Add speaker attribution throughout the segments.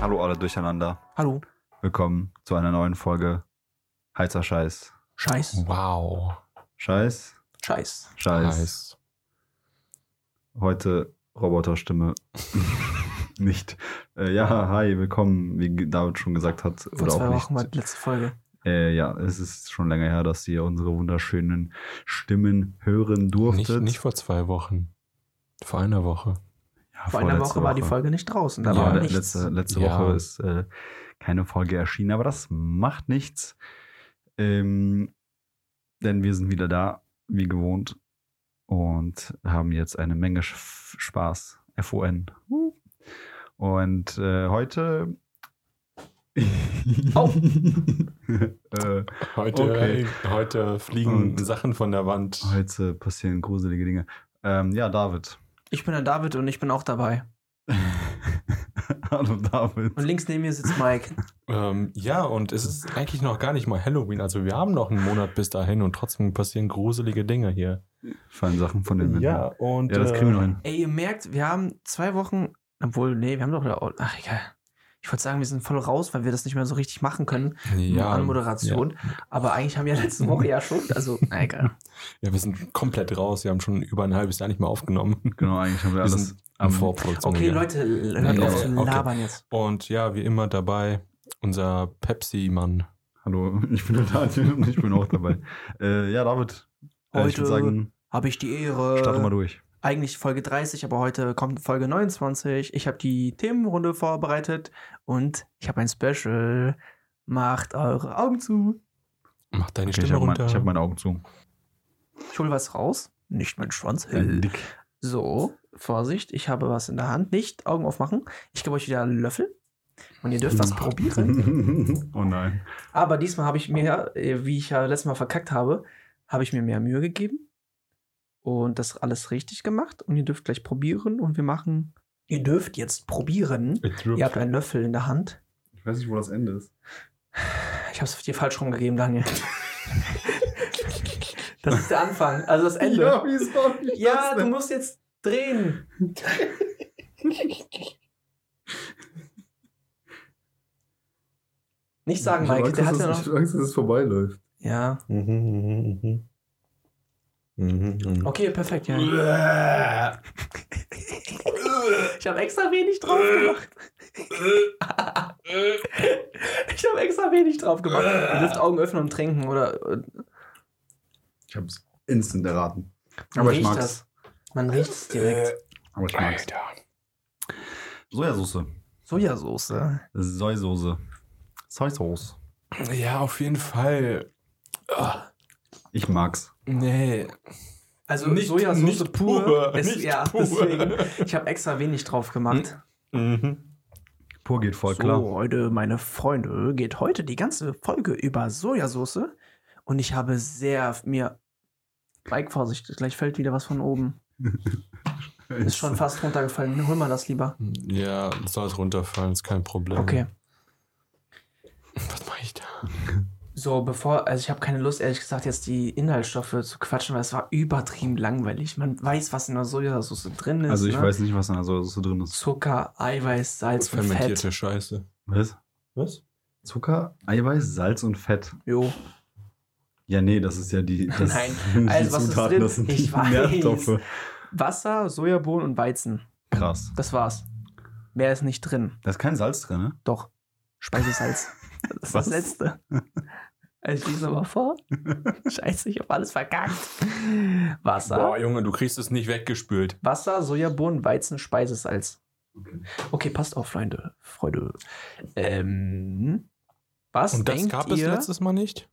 Speaker 1: Hallo alle durcheinander.
Speaker 2: Hallo.
Speaker 1: Willkommen zu einer neuen Folge Heizer Scheiß.
Speaker 2: Scheiß.
Speaker 3: Wow.
Speaker 1: Scheiß,
Speaker 2: Scheiß.
Speaker 1: Scheiß.
Speaker 3: Nice.
Speaker 1: Heute Roboterstimme. Nicht. Äh, ja, hi, willkommen, wie David schon gesagt hat.
Speaker 2: Vor
Speaker 1: Oder
Speaker 2: zwei
Speaker 1: auch
Speaker 2: Wochen war
Speaker 1: nicht.
Speaker 2: die letzte Folge.
Speaker 1: Äh, ja, es ist schon länger her, dass ihr unsere wunderschönen Stimmen hören durftet.
Speaker 3: Nicht, nicht vor zwei Wochen. Vor einer Woche.
Speaker 1: Ja,
Speaker 2: Vor einer
Speaker 1: vorletzte
Speaker 2: Woche war die Folge nicht draußen. Da
Speaker 3: Ja,
Speaker 2: war
Speaker 1: le-
Speaker 2: nichts.
Speaker 1: letzte, letzte
Speaker 3: Ja.
Speaker 1: Woche ist äh, keine Folge erschienen, aber das macht nichts. Ähm, denn wir sind wieder da, wie gewohnt, und haben jetzt eine Menge Sch- Spaß. FON. Und äh, heute.
Speaker 2: Au.
Speaker 1: äh,
Speaker 3: Heute,
Speaker 1: Okay.
Speaker 3: heute fliegen
Speaker 1: Und-
Speaker 3: Sachen von der Wand.
Speaker 1: heute passieren gruselige Dinge. Ähm, ja, David.
Speaker 2: Ich bin der David und ich bin auch dabei.
Speaker 1: Hallo, David.
Speaker 2: Und links neben mir sitzt Mike.
Speaker 3: Ähm, ja, und es ist eigentlich noch gar nicht mal Halloween. Also wir haben noch einen Monat bis dahin und trotzdem passieren gruselige Dinge hier.
Speaker 1: Fallen Sachen von den
Speaker 3: Ja, und äh,
Speaker 1: Ja, das kriegen wir noch hin.
Speaker 2: Ey, ihr merkt, wir haben zwei Wochen, obwohl, nee, wir haben doch, ach egal. Ich wollte sagen, wir sind voll raus, weil wir das nicht mehr so richtig machen können
Speaker 3: hin. äh, Ja,
Speaker 2: an Moderation. Aber eigentlich haben wir letzte Woche ja schon, also, na egal.
Speaker 3: ja, wir sind komplett raus. Wir haben schon über ein halbes Jahr nicht mehr aufgenommen.
Speaker 1: Genau, eigentlich haben wir
Speaker 3: Wir
Speaker 1: alles
Speaker 3: sind
Speaker 1: am
Speaker 3: in Vorproduktion.
Speaker 2: Okay,
Speaker 3: gegangen.
Speaker 2: Leute, hört
Speaker 3: Ja,
Speaker 2: auf zu
Speaker 3: okay.
Speaker 2: labern jetzt.
Speaker 3: Und ja, wie immer dabei unser Pepsi-Mann.
Speaker 1: Hallo, ich bin der Daniel und ich bin auch dabei. Äh, ja, David, äh, ich
Speaker 2: Heute-
Speaker 1: würde sagen,
Speaker 2: Habe ich die
Speaker 1: starte mal
Speaker 2: Ehre.
Speaker 1: durch.
Speaker 2: Eigentlich Folge 30, aber heute kommt Folge 29. Ich habe die Themenrunde vorbereitet und ich habe ein Special. Macht eure Augen zu.
Speaker 3: Mach deine
Speaker 1: Okay, ich
Speaker 3: Stimme
Speaker 1: habe mein,
Speaker 3: runter.
Speaker 1: ich hab meine Augen zu.
Speaker 2: Ich hole was raus. Nicht mein Schwanz.
Speaker 1: Dick.
Speaker 2: So, Vorsicht, ich habe was in der Hand. Nicht Augen aufmachen. Ich gebe euch wieder einen Löffel und ihr dürft was probieren.
Speaker 1: oh nein.
Speaker 2: Aber diesmal habe ich mir, äh, wie ich ja letztes Mal verkackt habe, habe ich mir mehr Mühe gegeben und das alles richtig gemacht. Und ihr dürft gleich probieren und wir machen. Ihr dürft jetzt probieren. Ihr habt einen Löffel in der Hand.
Speaker 1: Ich weiß nicht, wo das Ende ist.
Speaker 2: Ich habe es dir falsch rumgegeben, Daniel. das ist der Anfang, also das Ende.
Speaker 1: Ja, wie soll ich
Speaker 2: Ja,
Speaker 1: das
Speaker 2: du
Speaker 1: denn?
Speaker 2: musst jetzt drehen. Nicht sagen,
Speaker 1: Ich hab
Speaker 2: Mike,
Speaker 1: Angst,
Speaker 2: der hat
Speaker 1: dass
Speaker 2: ja
Speaker 1: es-
Speaker 2: noch.
Speaker 1: hab Angst, dass es vorbeiläuft.
Speaker 2: Ja,
Speaker 3: Mhm,
Speaker 2: okay, perfekt, ja. Ich habe extra wenig drauf gemacht. Ich habe extra wenig drauf gemacht. Ihr dürft Augen öffnen und trinken oder. äh,
Speaker 1: Ich hab's instant erraten.
Speaker 2: Man
Speaker 1: Aber ich
Speaker 2: riecht
Speaker 1: mag's. Äh.
Speaker 2: das. Man riecht es direkt.
Speaker 1: Aber ich mag's. Sojasauce.
Speaker 2: Sojasauce.
Speaker 1: Soisauce. Soisauce.
Speaker 3: Ja, auf jeden Fall. Ah,
Speaker 1: Ich mag's.
Speaker 3: nee.
Speaker 2: Also
Speaker 3: Nicht-
Speaker 2: Sojasauce
Speaker 3: nicht
Speaker 2: pur.
Speaker 3: pur,
Speaker 2: ist,
Speaker 3: nicht
Speaker 2: ja,
Speaker 3: pur.
Speaker 2: deswegen. Ich habe extra wenig drauf gemacht.
Speaker 3: Mhm.
Speaker 1: Pur geht voll
Speaker 2: so,
Speaker 1: klar.
Speaker 2: Leute, meine Freunde, geht heute die ganze Folge über Sojasauce. Und ich habe sehr mir. Mike, Vorsicht, gleich fällt wieder was von oben. Ist schon fast runtergefallen. Hol mal das lieber.
Speaker 3: Ja, soll es runterfallen, ist kein Problem.
Speaker 2: Okay.
Speaker 3: Was mache ich da?
Speaker 2: So, bevor, also ich habe keine Lust, ehrlich gesagt, jetzt die Inhaltsstoffe zu quatschen, weil es war übertrieben langweilig. Man weiß, was in der Sojasauce drin ist.
Speaker 1: Also ich
Speaker 2: ne?
Speaker 1: weiß nicht, was in der Sojasauce drin ist.
Speaker 2: Zucker, Eiweiß, Salz und Fett.
Speaker 3: Fermentierte Scheiße.
Speaker 1: Was?
Speaker 3: Was?
Speaker 1: Zucker, Eiweiß, Salz und Fett.
Speaker 2: Jo.
Speaker 1: Ja, nee, das ist ja die. Das
Speaker 2: Nein.
Speaker 1: die
Speaker 2: Also, was ist drin?
Speaker 1: das sind
Speaker 2: Ich
Speaker 1: die
Speaker 2: weiß.
Speaker 1: Nährstoffe.
Speaker 2: Wasser, Sojabohnen und Weizen.
Speaker 1: Krass.
Speaker 2: Das war's. Mehr ist nicht drin.
Speaker 1: Da ist kein Salz drin, ne?
Speaker 2: Doch. Speisesalz. Das ist
Speaker 1: Was?
Speaker 2: das Letzte. Also ich lese nochmal vor. Scheiße, ich habe alles verkackt. Wasser.
Speaker 3: Boah, Junge, du kriegst es nicht weggespült.
Speaker 2: Wasser, Sojabohnen, Weizen, Speisesalz. Okay, passt auf, Freunde. Freunde. Ähm, was
Speaker 3: Und das
Speaker 2: denkt
Speaker 3: gab es
Speaker 2: ihr?
Speaker 3: letztes Mal nicht?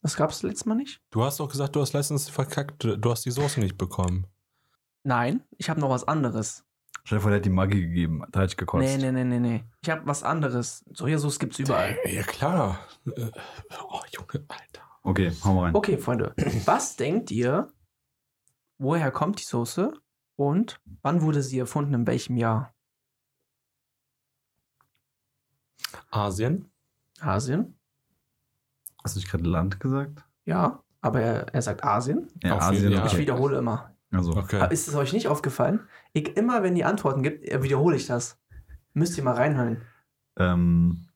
Speaker 2: das gab es letztes Mal nicht?
Speaker 3: Du hast doch gesagt, du hast letztens verkackt, du hast die Soße nicht bekommen.
Speaker 2: Nein, ich habe noch was anderes.
Speaker 1: Stell dir vor, der hat die Maggi gegeben. Da hätte ich gekotzt.
Speaker 2: Nee, nee, nee, nee, nee. Ich habe was anderes. Sojasauce gibt's überall.
Speaker 3: Ja, klar. Äh, Oh, Junge, Alter.
Speaker 1: Okay, hau mal rein.
Speaker 2: Okay, Freunde. Was denkt ihr, woher kommt die Soße und wann wurde sie erfunden, in welchem Jahr?
Speaker 3: Asien?
Speaker 2: Asien?
Speaker 1: Hast du nicht gerade Land gesagt?
Speaker 2: Ja, aber er, er sagt Asien.
Speaker 1: Ja,
Speaker 3: Auf
Speaker 1: Asien.
Speaker 3: jeden- ja.
Speaker 2: Ich
Speaker 1: Okay.
Speaker 2: wiederhole immer.
Speaker 1: Also,
Speaker 3: Okay.
Speaker 2: Aber Ist es euch nicht aufgefallen? Ich, immer wenn die Antworten gibt, äh, wiederhole ich das. Müsst ihr mal reinhören.
Speaker 1: Ähm,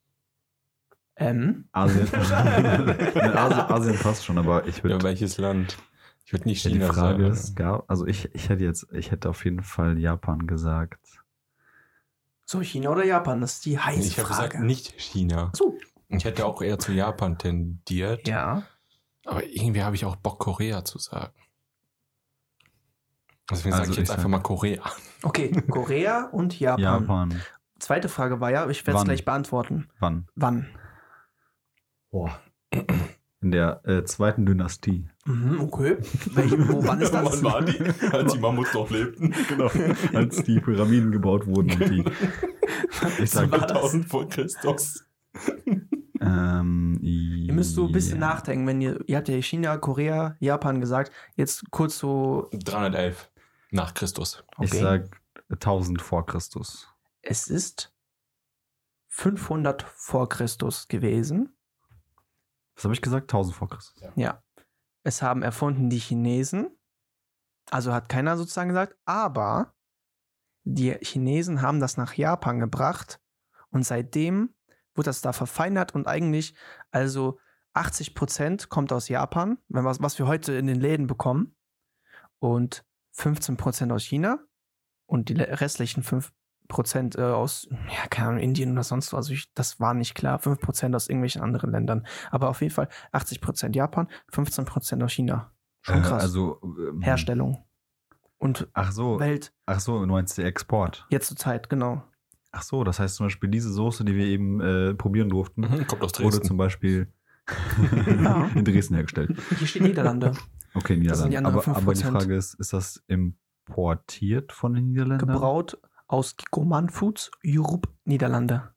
Speaker 2: Ähm,
Speaker 1: Asien. Nein, Asien, Asien passt schon, aber ich würde.
Speaker 3: Ja, welches Land? Ich würde nicht
Speaker 1: Ja, die
Speaker 3: China
Speaker 1: Frage
Speaker 3: sagen.
Speaker 1: ist, gab, also ich, ich hätte jetzt, ich hätte auf jeden Fall Japan gesagt.
Speaker 2: so China oder Japan? Das ist die heiße
Speaker 3: ich habe
Speaker 2: Frage.
Speaker 3: gesagt, nicht China.
Speaker 2: So.
Speaker 3: Ich hätte auch eher zu Japan tendiert.
Speaker 2: Ja.
Speaker 3: Aber irgendwie habe ich auch Bock, Korea zu sagen. Deswegen
Speaker 1: Also
Speaker 3: sage ich jetzt
Speaker 1: ich
Speaker 3: einfach
Speaker 1: sag-
Speaker 3: mal Korea.
Speaker 2: Okay, Korea und Japan.
Speaker 1: Japan.
Speaker 2: Zweite Frage war ja, ich werde es
Speaker 1: Wann?
Speaker 2: gleich beantworten.
Speaker 1: Wann?
Speaker 2: Wann?
Speaker 1: In der äh, zweiten Dynastie.
Speaker 2: Mhm, okay. Welche, wo, wann ist das?
Speaker 3: Wann war die? Als die Mammuts noch lebten.
Speaker 1: Genau. Als die Pyramiden gebaut wurden und die. Ich sag,
Speaker 2: Wann war das?
Speaker 3: 2000 vor Christus.
Speaker 1: ähm,
Speaker 2: Ihr müsst so ein bisschen
Speaker 1: ja.
Speaker 2: nachdenken, wenn ihr, ihr habt ja China, Korea, Japan gesagt, jetzt kurz so,
Speaker 3: 311 nach Christus.
Speaker 1: Ich
Speaker 2: Okay.
Speaker 1: sag 1000 vor Christus.
Speaker 2: es ist 500 vor Christus gewesen.
Speaker 1: Was habe ich gesagt? 1000 vor Christus.
Speaker 2: Ja. Es haben erfunden die Chinesen, also hat keiner sozusagen gesagt, aber die Chinesen haben das nach Japan gebracht und seitdem wird das da verfeinert und eigentlich, also 80 Prozent kommt aus Japan, wenn was, was wir heute in den Läden bekommen, und 15 Prozent aus China und die le- restlichen 5 Prozent äh, aus, ja, keine Ahnung, Indien oder sonst was. Also ich, das war nicht klar. 5 Prozent aus irgendwelchen anderen Ländern. Aber auf jeden Fall 80 Prozent Japan, 15 Prozent aus China. Schon
Speaker 1: Äh,
Speaker 2: krass.
Speaker 1: also, ähm,
Speaker 2: Herstellung und
Speaker 1: Ach so,
Speaker 2: Welt
Speaker 1: ach so, du meinst der Export.
Speaker 2: jetzt zur Zeit, genau.
Speaker 1: Ach so, das heißt zum Beispiel diese Soße, die wir eben äh, probieren durften,
Speaker 2: Mhm.
Speaker 3: Kommt aus
Speaker 1: wurde
Speaker 3: Dresden.
Speaker 1: zum Beispiel
Speaker 2: Ja.
Speaker 1: in Dresden hergestellt.
Speaker 2: Hier steht Niederlande.
Speaker 1: Okay,
Speaker 2: Das sind die
Speaker 1: Niederlande.
Speaker 2: anderen
Speaker 1: Aber, aber die
Speaker 2: 5%.
Speaker 1: Frage ist, ist das importiert von den Niederländern?
Speaker 2: Genau. Gebraut aus Gourmand Foods, Europe, Niederlande.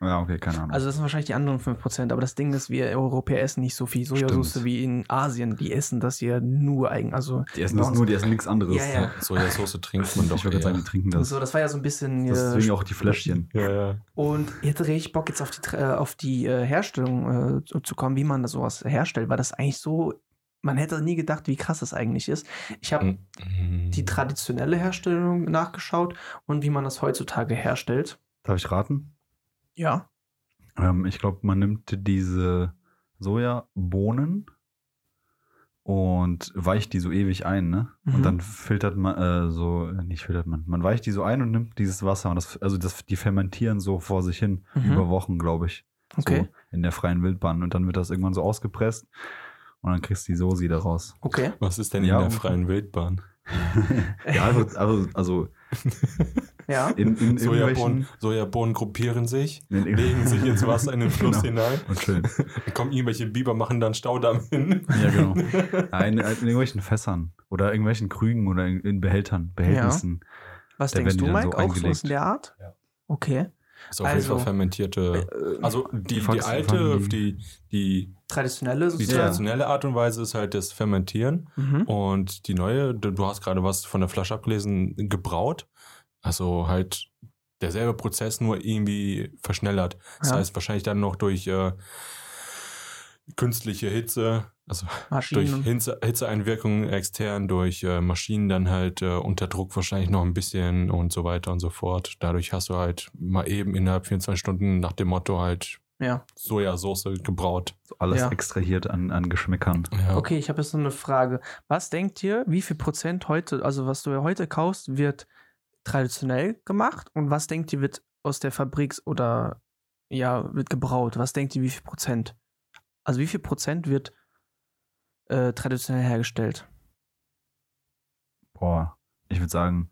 Speaker 1: Ja, okay, keine Ahnung.
Speaker 2: Also das sind wahrscheinlich die anderen 5%, aber das Ding ist, wir Europäer essen nicht so viel Sojasauce
Speaker 1: Stimmt.
Speaker 2: wie in Asien. Die essen das hier nur eigen. Also
Speaker 1: die essen das nur, die essen nichts anderes.
Speaker 2: Ja, ja.
Speaker 3: Sojasauce trinkt man
Speaker 1: Und
Speaker 3: doch
Speaker 1: ich würde
Speaker 3: eher.
Speaker 1: sagen, die trinken das.
Speaker 2: so, das war ja so ein bisschen.
Speaker 1: Das
Speaker 2: äh,
Speaker 1: ist deswegen auch die Fläschchen.
Speaker 3: Ja, ja.
Speaker 2: und jetzt hätte ich Bock, jetzt auf die, Tra- äh, auf die äh, Herstellung äh, zu- zu kommen, wie man da sowas herstellt, weil das eigentlich so. Man hätte nie gedacht, wie krass das eigentlich ist. Ich
Speaker 1: Mhm.
Speaker 2: habe
Speaker 3: Mhm.
Speaker 2: die traditionelle Herstellung nachgeschaut und wie man das heutzutage herstellt.
Speaker 1: Darf ich raten?
Speaker 2: Ja.
Speaker 1: Ähm, ich glaube, man nimmt diese Sojabohnen und weicht die so ewig ein, ne?
Speaker 2: Mhm.
Speaker 1: Und dann filtert man, äh, so, äh, nicht filtert man, man weicht die so ein und nimmt dieses Wasser. Und das, also das, die fermentieren so vor sich hin
Speaker 2: Mhm.
Speaker 1: über Wochen, glaube ich.
Speaker 2: Okay.
Speaker 1: So in der freien Wildbahn. Und dann wird das irgendwann so ausgepresst und dann kriegst du die Soße daraus.
Speaker 2: Okay.
Speaker 3: Was ist denn
Speaker 1: Ja,
Speaker 3: in der
Speaker 1: und-
Speaker 3: freien Wildbahn?
Speaker 1: ja, also, also, also
Speaker 2: Ja.
Speaker 1: in, in, irgendwelchen.
Speaker 3: Sojabohnen, Sojabohnen gruppieren sich,
Speaker 1: In, Genau. in,
Speaker 3: legen sich ins Wasser in den Fluss hinein.
Speaker 1: und schön.
Speaker 3: Dann kommen irgendwelche Biber, machen dann Staudamm hin.
Speaker 1: Ja, genau. Ja, In, in irgendwelchen Fässern oder irgendwelchen Krügen oder in, in Behältern, Behältnissen.
Speaker 2: Was
Speaker 1: Da
Speaker 2: denkst
Speaker 1: werden die
Speaker 2: du,
Speaker 1: dann so
Speaker 2: Mike? auch so
Speaker 1: eingelegt.
Speaker 2: in der Art?
Speaker 3: Ja.
Speaker 2: Okay.
Speaker 3: Ist auf
Speaker 2: Also-
Speaker 3: jeden Fall fermentierte.
Speaker 2: Äh,
Speaker 3: Also die, die
Speaker 1: Fragst-
Speaker 3: alte,
Speaker 1: fragen
Speaker 3: die, die,
Speaker 2: Traditionelle
Speaker 3: die
Speaker 2: sozusagen.
Speaker 3: traditionelle Art und Weise ist halt das Fermentieren.
Speaker 2: Mhm.
Speaker 3: Und die neue, du du hast gerade was von der Flasche abgelesen, gebraut. Also halt derselbe Prozess, nur irgendwie verschnellert. Das
Speaker 2: Ja.
Speaker 3: heißt wahrscheinlich dann noch durch äh, künstliche Hitze, also durch
Speaker 2: Maschinen.
Speaker 3: Hitze, Hitzeeinwirkungen extern, durch äh, Maschinen dann halt äh, unter Druck wahrscheinlich noch ein bisschen und so weiter und so fort. Dadurch hast du halt mal eben innerhalb 24 Stunden nach dem Motto halt
Speaker 2: Ja.
Speaker 3: Sojasauce gebraut.
Speaker 1: So alles
Speaker 2: Ja.
Speaker 1: extrahiert an, an Geschmäckern.
Speaker 3: Ja.
Speaker 2: Okay, ich habe jetzt noch eine Frage. Was denkt ihr, wie viel Prozent heute, also was du ja heute kaufst, wird traditionell gemacht und was denkt ihr, wird aus der Fabrik oder ja, wird gebraut? Was denkt ihr, wie viel Prozent? Also wie viel Prozent wird äh, traditionell hergestellt?
Speaker 1: Boah, ich würde sagen,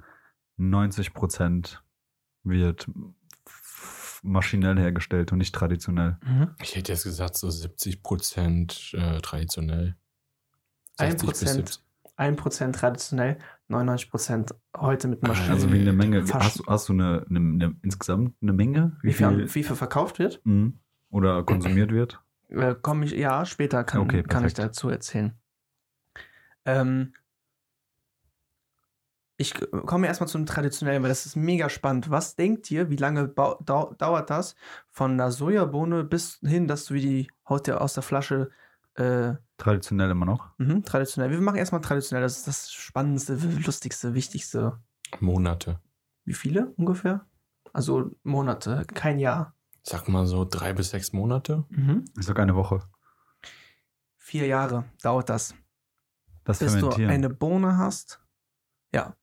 Speaker 1: 90 Prozent wird f- maschinell hergestellt und nicht traditionell.
Speaker 2: Mhm.
Speaker 3: Ich hätte jetzt gesagt, so 70 Prozent äh, traditionell.
Speaker 2: 1%
Speaker 3: 60 bis 70.
Speaker 2: Ein Prozent traditionell, 99 Prozent heute mit Maschinen.
Speaker 1: Also wie eine Menge.
Speaker 2: Fast.
Speaker 1: Hast, du- hast du eine, eine, eine insgesamt eine Menge?
Speaker 2: wie, viel, wie viel verkauft wird?
Speaker 1: Mhm. oder konsumiert wird?
Speaker 2: Äh, Komme ich, ja, später kann,
Speaker 1: Okay,
Speaker 2: kann ich
Speaker 1: perfekt.
Speaker 2: dazu erzählen. Ähm, ich k- komme erstmal zum Traditionellen, weil das ist mega spannend. Was denkt ihr, wie lange bau- dau dauert das von einer Sojabohne bis hin, dass du die aus der, aus der Flasche äh,
Speaker 1: Traditionell immer noch?
Speaker 2: mhm, traditionell. Wir machen erstmal traditionell, das ist das Spannendste, Lustigste, Wichtigste.
Speaker 3: Monate.
Speaker 2: Wie viele ungefähr? Also Monate, kein Jahr.
Speaker 3: Sag mal so drei bis sechs Monate.
Speaker 1: Ist sogar eine Woche.
Speaker 2: Vier Jahre dauert das,
Speaker 1: Das
Speaker 2: bis du
Speaker 1: Fermentieren.
Speaker 2: eine Bohne hast. Ja.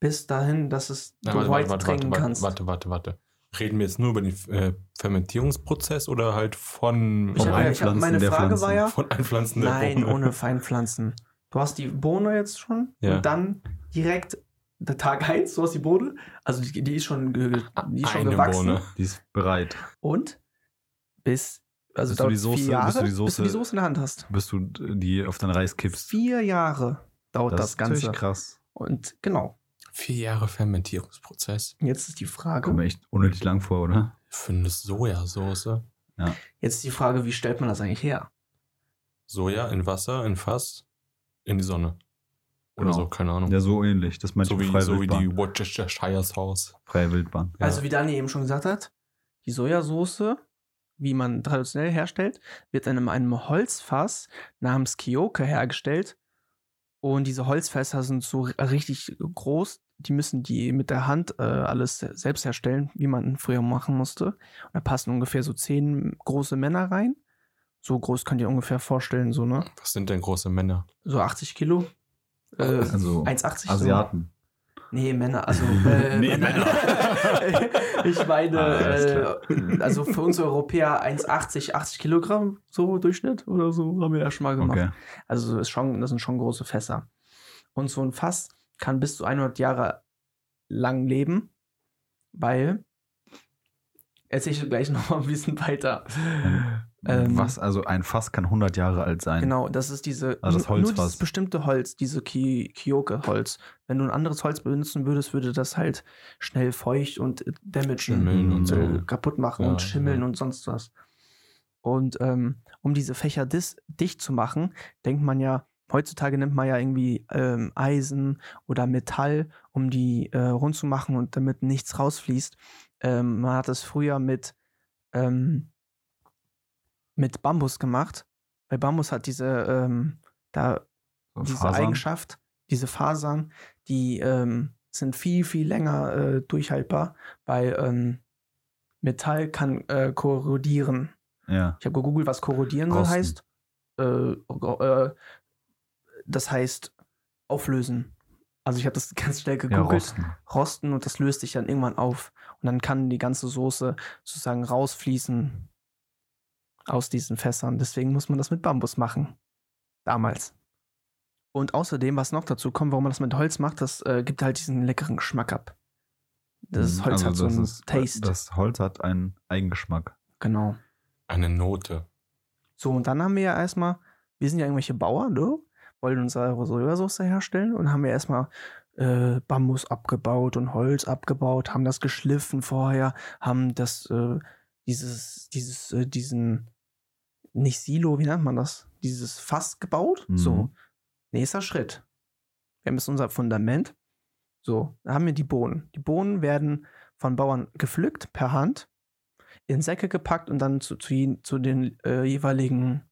Speaker 2: Bis dahin, dass es
Speaker 3: Na,
Speaker 2: du White trinken
Speaker 3: warte,
Speaker 2: kannst.
Speaker 3: warte, warte, warte. Reden wir jetzt nur über den äh, Fermentierungsprozess oder halt von,
Speaker 2: Ich
Speaker 1: Vom
Speaker 2: hab, ja- ich hab,
Speaker 1: Einpflanzen
Speaker 2: meine
Speaker 1: der
Speaker 2: Frage war
Speaker 1: Pflanzen.
Speaker 2: ja,
Speaker 3: von Einpflanzen der
Speaker 2: nein,
Speaker 3: Bohne?
Speaker 2: ohne Feinpflanzen. Du hast die Bohne jetzt schon
Speaker 3: Ja.
Speaker 2: und dann direkt der Tag 1, du hast die Bohne. Also die, die ist schon, ge, die ist schon
Speaker 3: Eine
Speaker 2: gewachsen.
Speaker 3: Bohne.
Speaker 1: Die ist bereit.
Speaker 2: Und bis, also
Speaker 1: Bis du
Speaker 2: dauert
Speaker 1: die
Speaker 2: es
Speaker 1: Soße-
Speaker 2: vier Jahre,
Speaker 1: bis du die
Speaker 2: bis du
Speaker 1: Soße-
Speaker 2: die Soße in der Hand hast.
Speaker 1: Bis du die auf dein Reis kippst.
Speaker 2: Vier Jahre dauert das,
Speaker 1: natürlich
Speaker 2: Ganze.
Speaker 1: krass.
Speaker 2: Und genau,
Speaker 3: Vier Jahre Fermentierungsprozess
Speaker 2: jetzt ist die Frage,
Speaker 1: Kommt mir echt unnötig lang vor, oder?
Speaker 3: für eine Sojasauce.
Speaker 2: jetzt ist die Frage, wie stellt man das eigentlich her?
Speaker 3: Soja in Wasser, in Fass, in die Sonne. Oder
Speaker 1: Genau.
Speaker 3: so, keine Ahnung.
Speaker 1: Ja, so ähnlich. Das meinte
Speaker 3: so,
Speaker 1: ich
Speaker 3: wie,
Speaker 1: freie
Speaker 3: so wie
Speaker 1: Wildbahn.
Speaker 3: die Worcestershire Sauce.
Speaker 1: Freie Wildbahn.
Speaker 3: Ja.
Speaker 2: Also wie Dani eben schon gesagt hat, die Sojasauce, wie man traditionell herstellt, wird in einem, einem Holzfass namens Kioke hergestellt. Und diese Holzfässer sind so r- richtig groß. Die müssen die mit der Hand äh, alles se- selbst herstellen, wie man früher machen musste. Und da passen ungefähr so zehn große Männer rein. So groß könnt ihr ungefähr vorstellen, so, ne?
Speaker 3: Was sind denn große Männer?
Speaker 2: So 80 Kilo. Äh,
Speaker 1: Also
Speaker 2: 1,80 so.
Speaker 1: Asiaten.
Speaker 2: Nee, Männer, also. Äh,
Speaker 1: Nee,
Speaker 2: ich meine,
Speaker 1: Ah, Alles
Speaker 2: äh, also für uns Europäer 1,80, 80 Kilogramm so Durchschnitt oder so haben wir ja schon mal gemacht.
Speaker 1: Okay.
Speaker 2: Also ist schon, das sind schon große Fässer. Und so ein Fass kann bis zu 100 Jahre lang leben, weil. Erzähl ich gleich nochmal ein bisschen weiter. Ähm,
Speaker 1: Was, also ein Fass kann 100 Jahre alt sein.
Speaker 2: Genau, das ist diese
Speaker 1: Also das
Speaker 2: nu- nur
Speaker 1: Holzfass.
Speaker 2: dieses bestimmte Holz, diese Ki Kioke-Holz. Wenn du ein anderes Holz benutzen würdest, würde das halt schnell feucht und äh, damagen,
Speaker 3: Schimmeln
Speaker 1: Mhm.
Speaker 3: und so.
Speaker 2: äh, kaputt machen
Speaker 3: Ja,
Speaker 2: und schimmeln
Speaker 3: ja.
Speaker 2: und sonst was. Und ähm, um diese Fächer dis dicht zu machen, denkt man ja, heutzutage nimmt man ja irgendwie ähm, Eisen oder Metall, um die äh, rund zu machen und damit nichts rausfließt. Ähm, man hat es früher mit, ähm, mit Bambus gemacht. Bei Bambus hat diese, ähm, da,
Speaker 1: So
Speaker 2: diese
Speaker 1: Fasern.
Speaker 2: Eigenschaft, diese Fasern, die ähm, sind viel, viel länger äh, durchhaltbar, weil ähm, Metall kann äh, korrodieren.
Speaker 1: Ja.
Speaker 2: Ich habe gegoogelt, was korrodieren soll
Speaker 1: Rosten.
Speaker 2: heißt. Äh, ro- äh, das heißt auflösen. Also ich habe das ganz schnell
Speaker 1: Ja,
Speaker 2: gegoogelt
Speaker 1: rosten.
Speaker 2: rosten und das löst sich dann irgendwann auf. Und dann kann die ganze Soße sozusagen rausfließen aus diesen Fässern. Deswegen muss man das mit Bambus machen. Damals. Und außerdem, was noch dazu kommt, warum man das mit Holz macht, das äh, gibt halt diesen leckeren Geschmack ab. Das
Speaker 1: Mhm,
Speaker 2: Holz
Speaker 1: also
Speaker 2: hat so
Speaker 1: das
Speaker 2: einen
Speaker 1: ist-
Speaker 2: Taste.
Speaker 1: Das Holz hat einen Eigengeschmack.
Speaker 2: genau.
Speaker 3: Eine Note.
Speaker 2: So, und dann haben wir ja erstmal, wir sind ja irgendwelche Bauern, ne? Wollen unsere Sojasauce herstellen und haben ja erstmal äh, Bambus abgebaut und Holz abgebaut, haben das geschliffen vorher, haben das, äh, dieses, dieses, äh, diesen, nicht Silo, wie nennt man das? Dieses Fass gebaut.
Speaker 1: Mhm.
Speaker 2: So, nächster Schritt. Wir haben jetzt unser Fundament. So, da haben wir die Bohnen. Die Bohnen werden von Bauern gepflückt per Hand, in Säcke gepackt und dann zu, zu, je- zu den äh, jeweiligen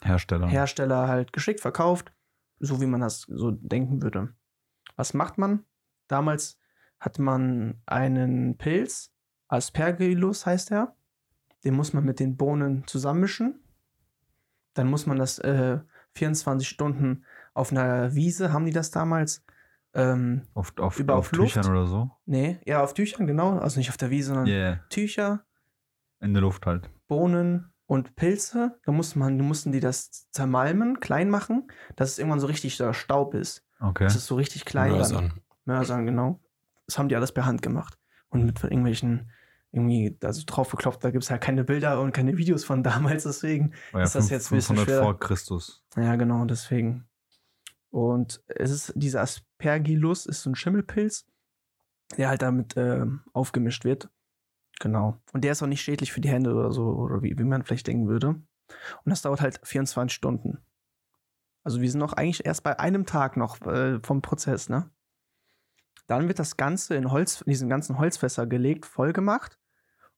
Speaker 1: Hersteller.
Speaker 2: Hersteller halt geschickt verkauft, so wie man das so denken würde. Was macht man? Damals hat man einen Pilz, Aspergillus heißt er. Den muss man mit den Bohnen zusammenmischen. Dann muss man das äh, 24 Stunden auf einer Wiese, haben die das damals? Ähm,
Speaker 1: auf, auf,
Speaker 2: Über
Speaker 1: auf
Speaker 2: auf Luft?
Speaker 1: Tüchern oder so.
Speaker 2: nee, ja, auf Tüchern, genau. Also nicht auf der Wiese, sondern
Speaker 1: Yeah.
Speaker 2: Tücher,
Speaker 1: In der Luft halt.
Speaker 2: Bohnen und Pilze. Da musste man, mussten die das zermalmen, klein machen, dass es irgendwann so richtig so Staub ist.
Speaker 1: Okay.
Speaker 2: Dass es so richtig klein war.
Speaker 3: Mörsern.
Speaker 2: Mörsern, genau. Das haben die alles per Hand gemacht. Und mit irgendwelchen, irgendwie, also draufgeklopft, da gibt es halt keine Bilder und keine Videos von damals, deswegen.
Speaker 1: War
Speaker 2: ist das jetzt ein bisschen schwer?
Speaker 1: vor Christus.
Speaker 2: Ja, genau, deswegen. Und es ist, dieser Aspergillus ist so ein Schimmelpilz, der halt damit ähm, aufgemischt wird. Genau. Und der ist auch nicht schädlich für die Hände oder so, oder wie, wie man vielleicht denken würde. Und das dauert halt 24 Stunden. Also wir sind noch eigentlich erst bei einem Tag noch äh, vom Prozess, ne? Dann wird das Ganze in Holz, in diesen ganzen Holzfässer gelegt, voll gemacht.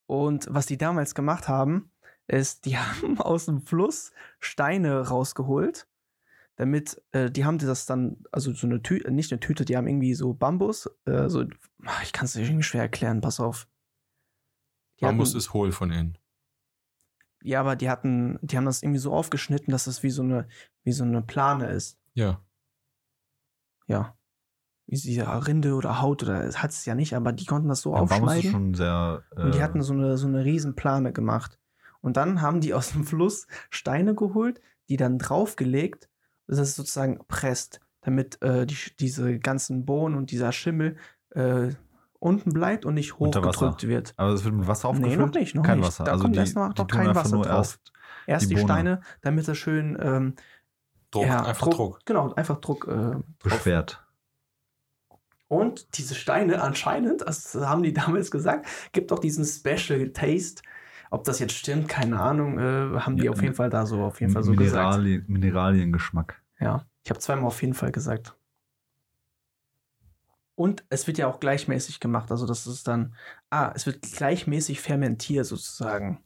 Speaker 2: Und was die damals gemacht haben, ist, die haben aus dem Fluss Steine rausgeholt, damit äh, die haben das dann, also so eine Tüte, nicht eine Tüte, die haben irgendwie so Bambus, äh, so, ich kann es irgendwie schwer erklären, pass auf. Die hatten,
Speaker 3: Bambus ist hohl von innen.
Speaker 2: ja, aber die hatten, die haben das irgendwie so aufgeschnitten, dass das wie so eine, wie so eine Plane ist.
Speaker 3: Ja.
Speaker 2: Ja. Wie sie ja, Rinde oder Haut oder es hat es ja nicht, aber die konnten das so
Speaker 1: Ja, Bambus ist
Speaker 2: aufschneiden.
Speaker 1: schon sehr.
Speaker 2: Und die
Speaker 1: äh,
Speaker 2: hatten so eine, so eine riesen Plane gemacht. Und dann haben die aus dem Fluss Steine geholt, die dann draufgelegt, dass es sozusagen presst, damit äh, die, diese ganzen Bohnen und dieser Schimmel äh, unten bleibt und nicht
Speaker 1: Unter Wasser.
Speaker 2: hochgedrückt wird.
Speaker 1: Aber es wird mit Wasser
Speaker 2: Nee,
Speaker 1: aufgefüllt?
Speaker 2: noch nicht, noch
Speaker 1: kein
Speaker 2: nicht.
Speaker 1: Wasser.
Speaker 2: Da
Speaker 1: also
Speaker 2: kommt
Speaker 1: die,
Speaker 2: erst noch-
Speaker 1: die tun
Speaker 2: noch kein
Speaker 1: einfach
Speaker 2: Wasser
Speaker 1: nur
Speaker 2: drauf.
Speaker 1: erst.
Speaker 2: Erst
Speaker 1: die
Speaker 2: die,
Speaker 1: Bohne.
Speaker 2: Steine, damit das schön ähm,
Speaker 3: Druck,
Speaker 2: ja,
Speaker 3: einfach Druck.
Speaker 2: Genau, einfach Druck. Äh,
Speaker 1: Beschwert.
Speaker 2: Und diese Steine anscheinend, das haben die damals gesagt, gibt auch diesen Special Taste. Ob das jetzt stimmt, keine Ahnung, äh, haben die
Speaker 1: Ja,
Speaker 2: auf jeden Fall da so auf jeden Fall so gesagt.
Speaker 1: Minerali Mineraliengeschmack.
Speaker 2: Ja, ich habe zweimal auf jeden Fall gesagt. Und es wird ja auch gleichmäßig gemacht, also das ist dann, ah, es wird gleichmäßig fermentiert sozusagen.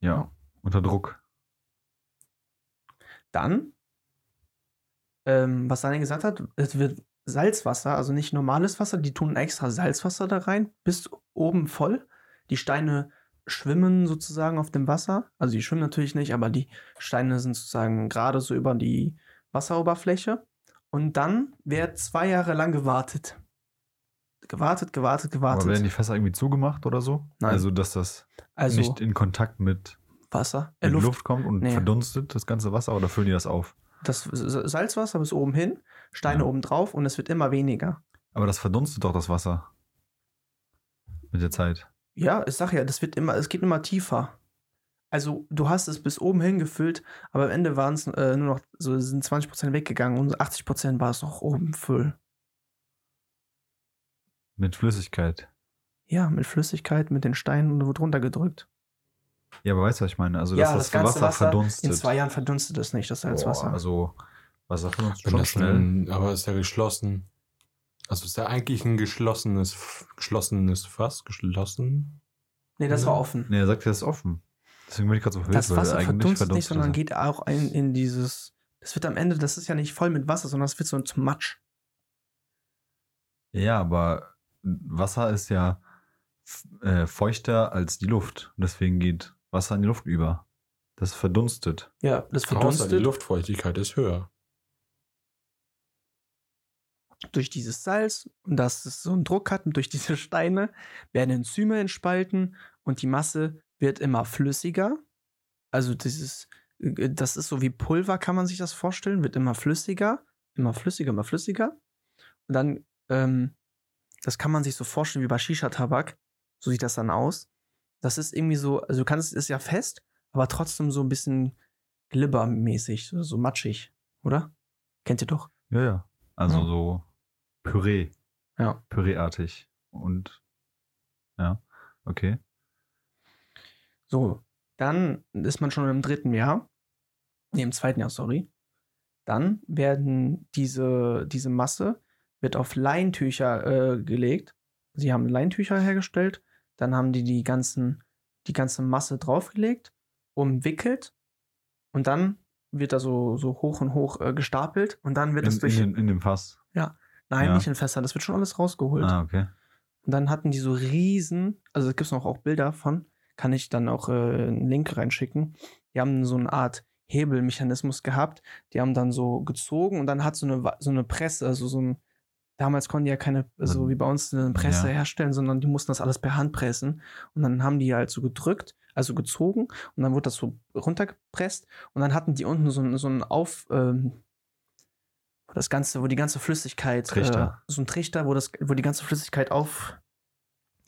Speaker 1: Ja,
Speaker 2: Ja.
Speaker 1: unter Druck.
Speaker 2: Dann, ähm, was Daniel gesagt hat, es wird Salzwasser, also nicht normales Wasser, die tun extra Salzwasser da rein, bis oben voll. Die Steine schwimmen sozusagen auf dem Wasser. Also die schwimmen natürlich nicht, aber die Steine sind sozusagen gerade so über die Wasseroberfläche. Und dann wird zwei Jahre lang gewartet. Gewartet, gewartet,
Speaker 1: Aber werden die
Speaker 2: gewartet.
Speaker 1: Fässer irgendwie zugemacht oder so?
Speaker 2: Nein.
Speaker 1: Also, dass das
Speaker 2: Also
Speaker 1: nicht in Kontakt mit,
Speaker 2: Wasser, äh,
Speaker 1: mit Luft.
Speaker 2: Luft.
Speaker 1: kommt und
Speaker 2: Nee.
Speaker 1: verdunstet das ganze Wasser oder füllen die das auf?
Speaker 2: Das S- S- Salzwasser bis oben hin, Steine
Speaker 1: Ja.
Speaker 2: oben drauf und es wird immer weniger.
Speaker 1: Aber das verdunstet doch das Wasser. Mit der Zeit.
Speaker 2: Ja, ich sag ja, das wird immer, es geht immer tiefer. Also du hast es bis oben hin gefüllt, aber am Ende waren es äh, nur noch, so sind 20% weggegangen und 80% war es noch oben voll.
Speaker 1: Mit Flüssigkeit.
Speaker 2: Ja, mit Flüssigkeit, mit den Steinen und wurde runtergedrückt.
Speaker 1: Ja, aber weißt du, was ich meine? Also,
Speaker 2: Ja,
Speaker 1: dass das,
Speaker 2: das ganze
Speaker 1: Wasser,
Speaker 2: Wasser
Speaker 1: verdunstet.
Speaker 2: In zwei Jahren verdunstet es nicht, das Salzwasser.
Speaker 1: Boah, also, Wasser verdunstet
Speaker 3: Wenn
Speaker 1: schon
Speaker 3: das
Speaker 1: schnell.
Speaker 3: ein- aber ist ja geschlossen. Also ist ja eigentlich ein geschlossenes, F- geschlossenes Fass, geschlossen.
Speaker 2: nee, das war offen.
Speaker 1: Nee, er sagt, das ist offen. Deswegen bin ich gerade so verwirrt,
Speaker 2: das Wasser verdunstet, nicht, sondern
Speaker 1: das.
Speaker 2: geht auch ein, in dieses. Das wird am Ende, das ist ja nicht voll mit Wasser, sondern es wird so zum Matsch.
Speaker 1: Ja, aber Wasser ist ja f- äh, feuchter als die Luft. Und Deswegen geht Wasser in die Luft über. Das verdunstet.
Speaker 2: Ja, das
Speaker 3: Außer die
Speaker 2: verdunstet
Speaker 3: Luftfeuchtigkeit ist höher.
Speaker 2: durch dieses Salz und dass es so einen Druck hat und durch diese Steine werden Enzyme entspalten und die Masse wird immer flüssiger. Also dieses, äh, das ist so wie Pulver, kann man sich das vorstellen, wird immer flüssiger, immer flüssiger, immer flüssiger. Und dann, ähm, das kann man sich so vorstellen wie bei Shisha-Tabak. So sieht das dann aus. Das ist irgendwie so, also du kannst, ist ja fest, aber trotzdem so ein bisschen glibbermäßig, so, so matschig, oder? Kennt ihr doch.
Speaker 1: Ja, ja. Also
Speaker 2: Ja.
Speaker 1: so Püree.
Speaker 2: Ja.
Speaker 1: Püreeartig. Und ja, okay.
Speaker 2: So, dann ist man schon im dritten Jahr. Nee, im zweiten Jahr, sorry. Dann werden diese, diese Masse wird auf Leintücher äh, gelegt. Sie haben Leintücher hergestellt. Dann haben die die, ganzen, die ganze Masse draufgelegt, umwickelt. Und dann wird da so, so hoch und hoch äh, gestapelt. Und dann
Speaker 1: In,
Speaker 2: wird es
Speaker 1: in,
Speaker 2: durch.
Speaker 1: den- in dem Fass.
Speaker 2: nein,
Speaker 1: ja.
Speaker 2: nicht in Fässern. Das wird schon alles rausgeholt.
Speaker 1: Ah, okay.
Speaker 2: Und dann hatten die so riesen, also es gibt noch auch Bilder von, kann ich dann auch äh, einen Link reinschicken. Die haben so eine Art Hebelmechanismus gehabt. Die haben dann so gezogen und dann hat so eine, Wa- so eine Presse, also so ein, damals konnten die ja keine, so wie bei uns eine Presse
Speaker 1: Ja.
Speaker 2: herstellen, sondern die mussten das alles per Hand pressen. Und dann haben die halt so gedrückt, also gezogen und dann wurde das so runtergepresst und dann hatten die unten so, ein- so einen Auf, ähm, wo das Ganze, wo die ganze Flüssigkeit,
Speaker 1: Trichter.
Speaker 2: Äh, so ein Trichter, wo, das, wo die ganze Flüssigkeit auf,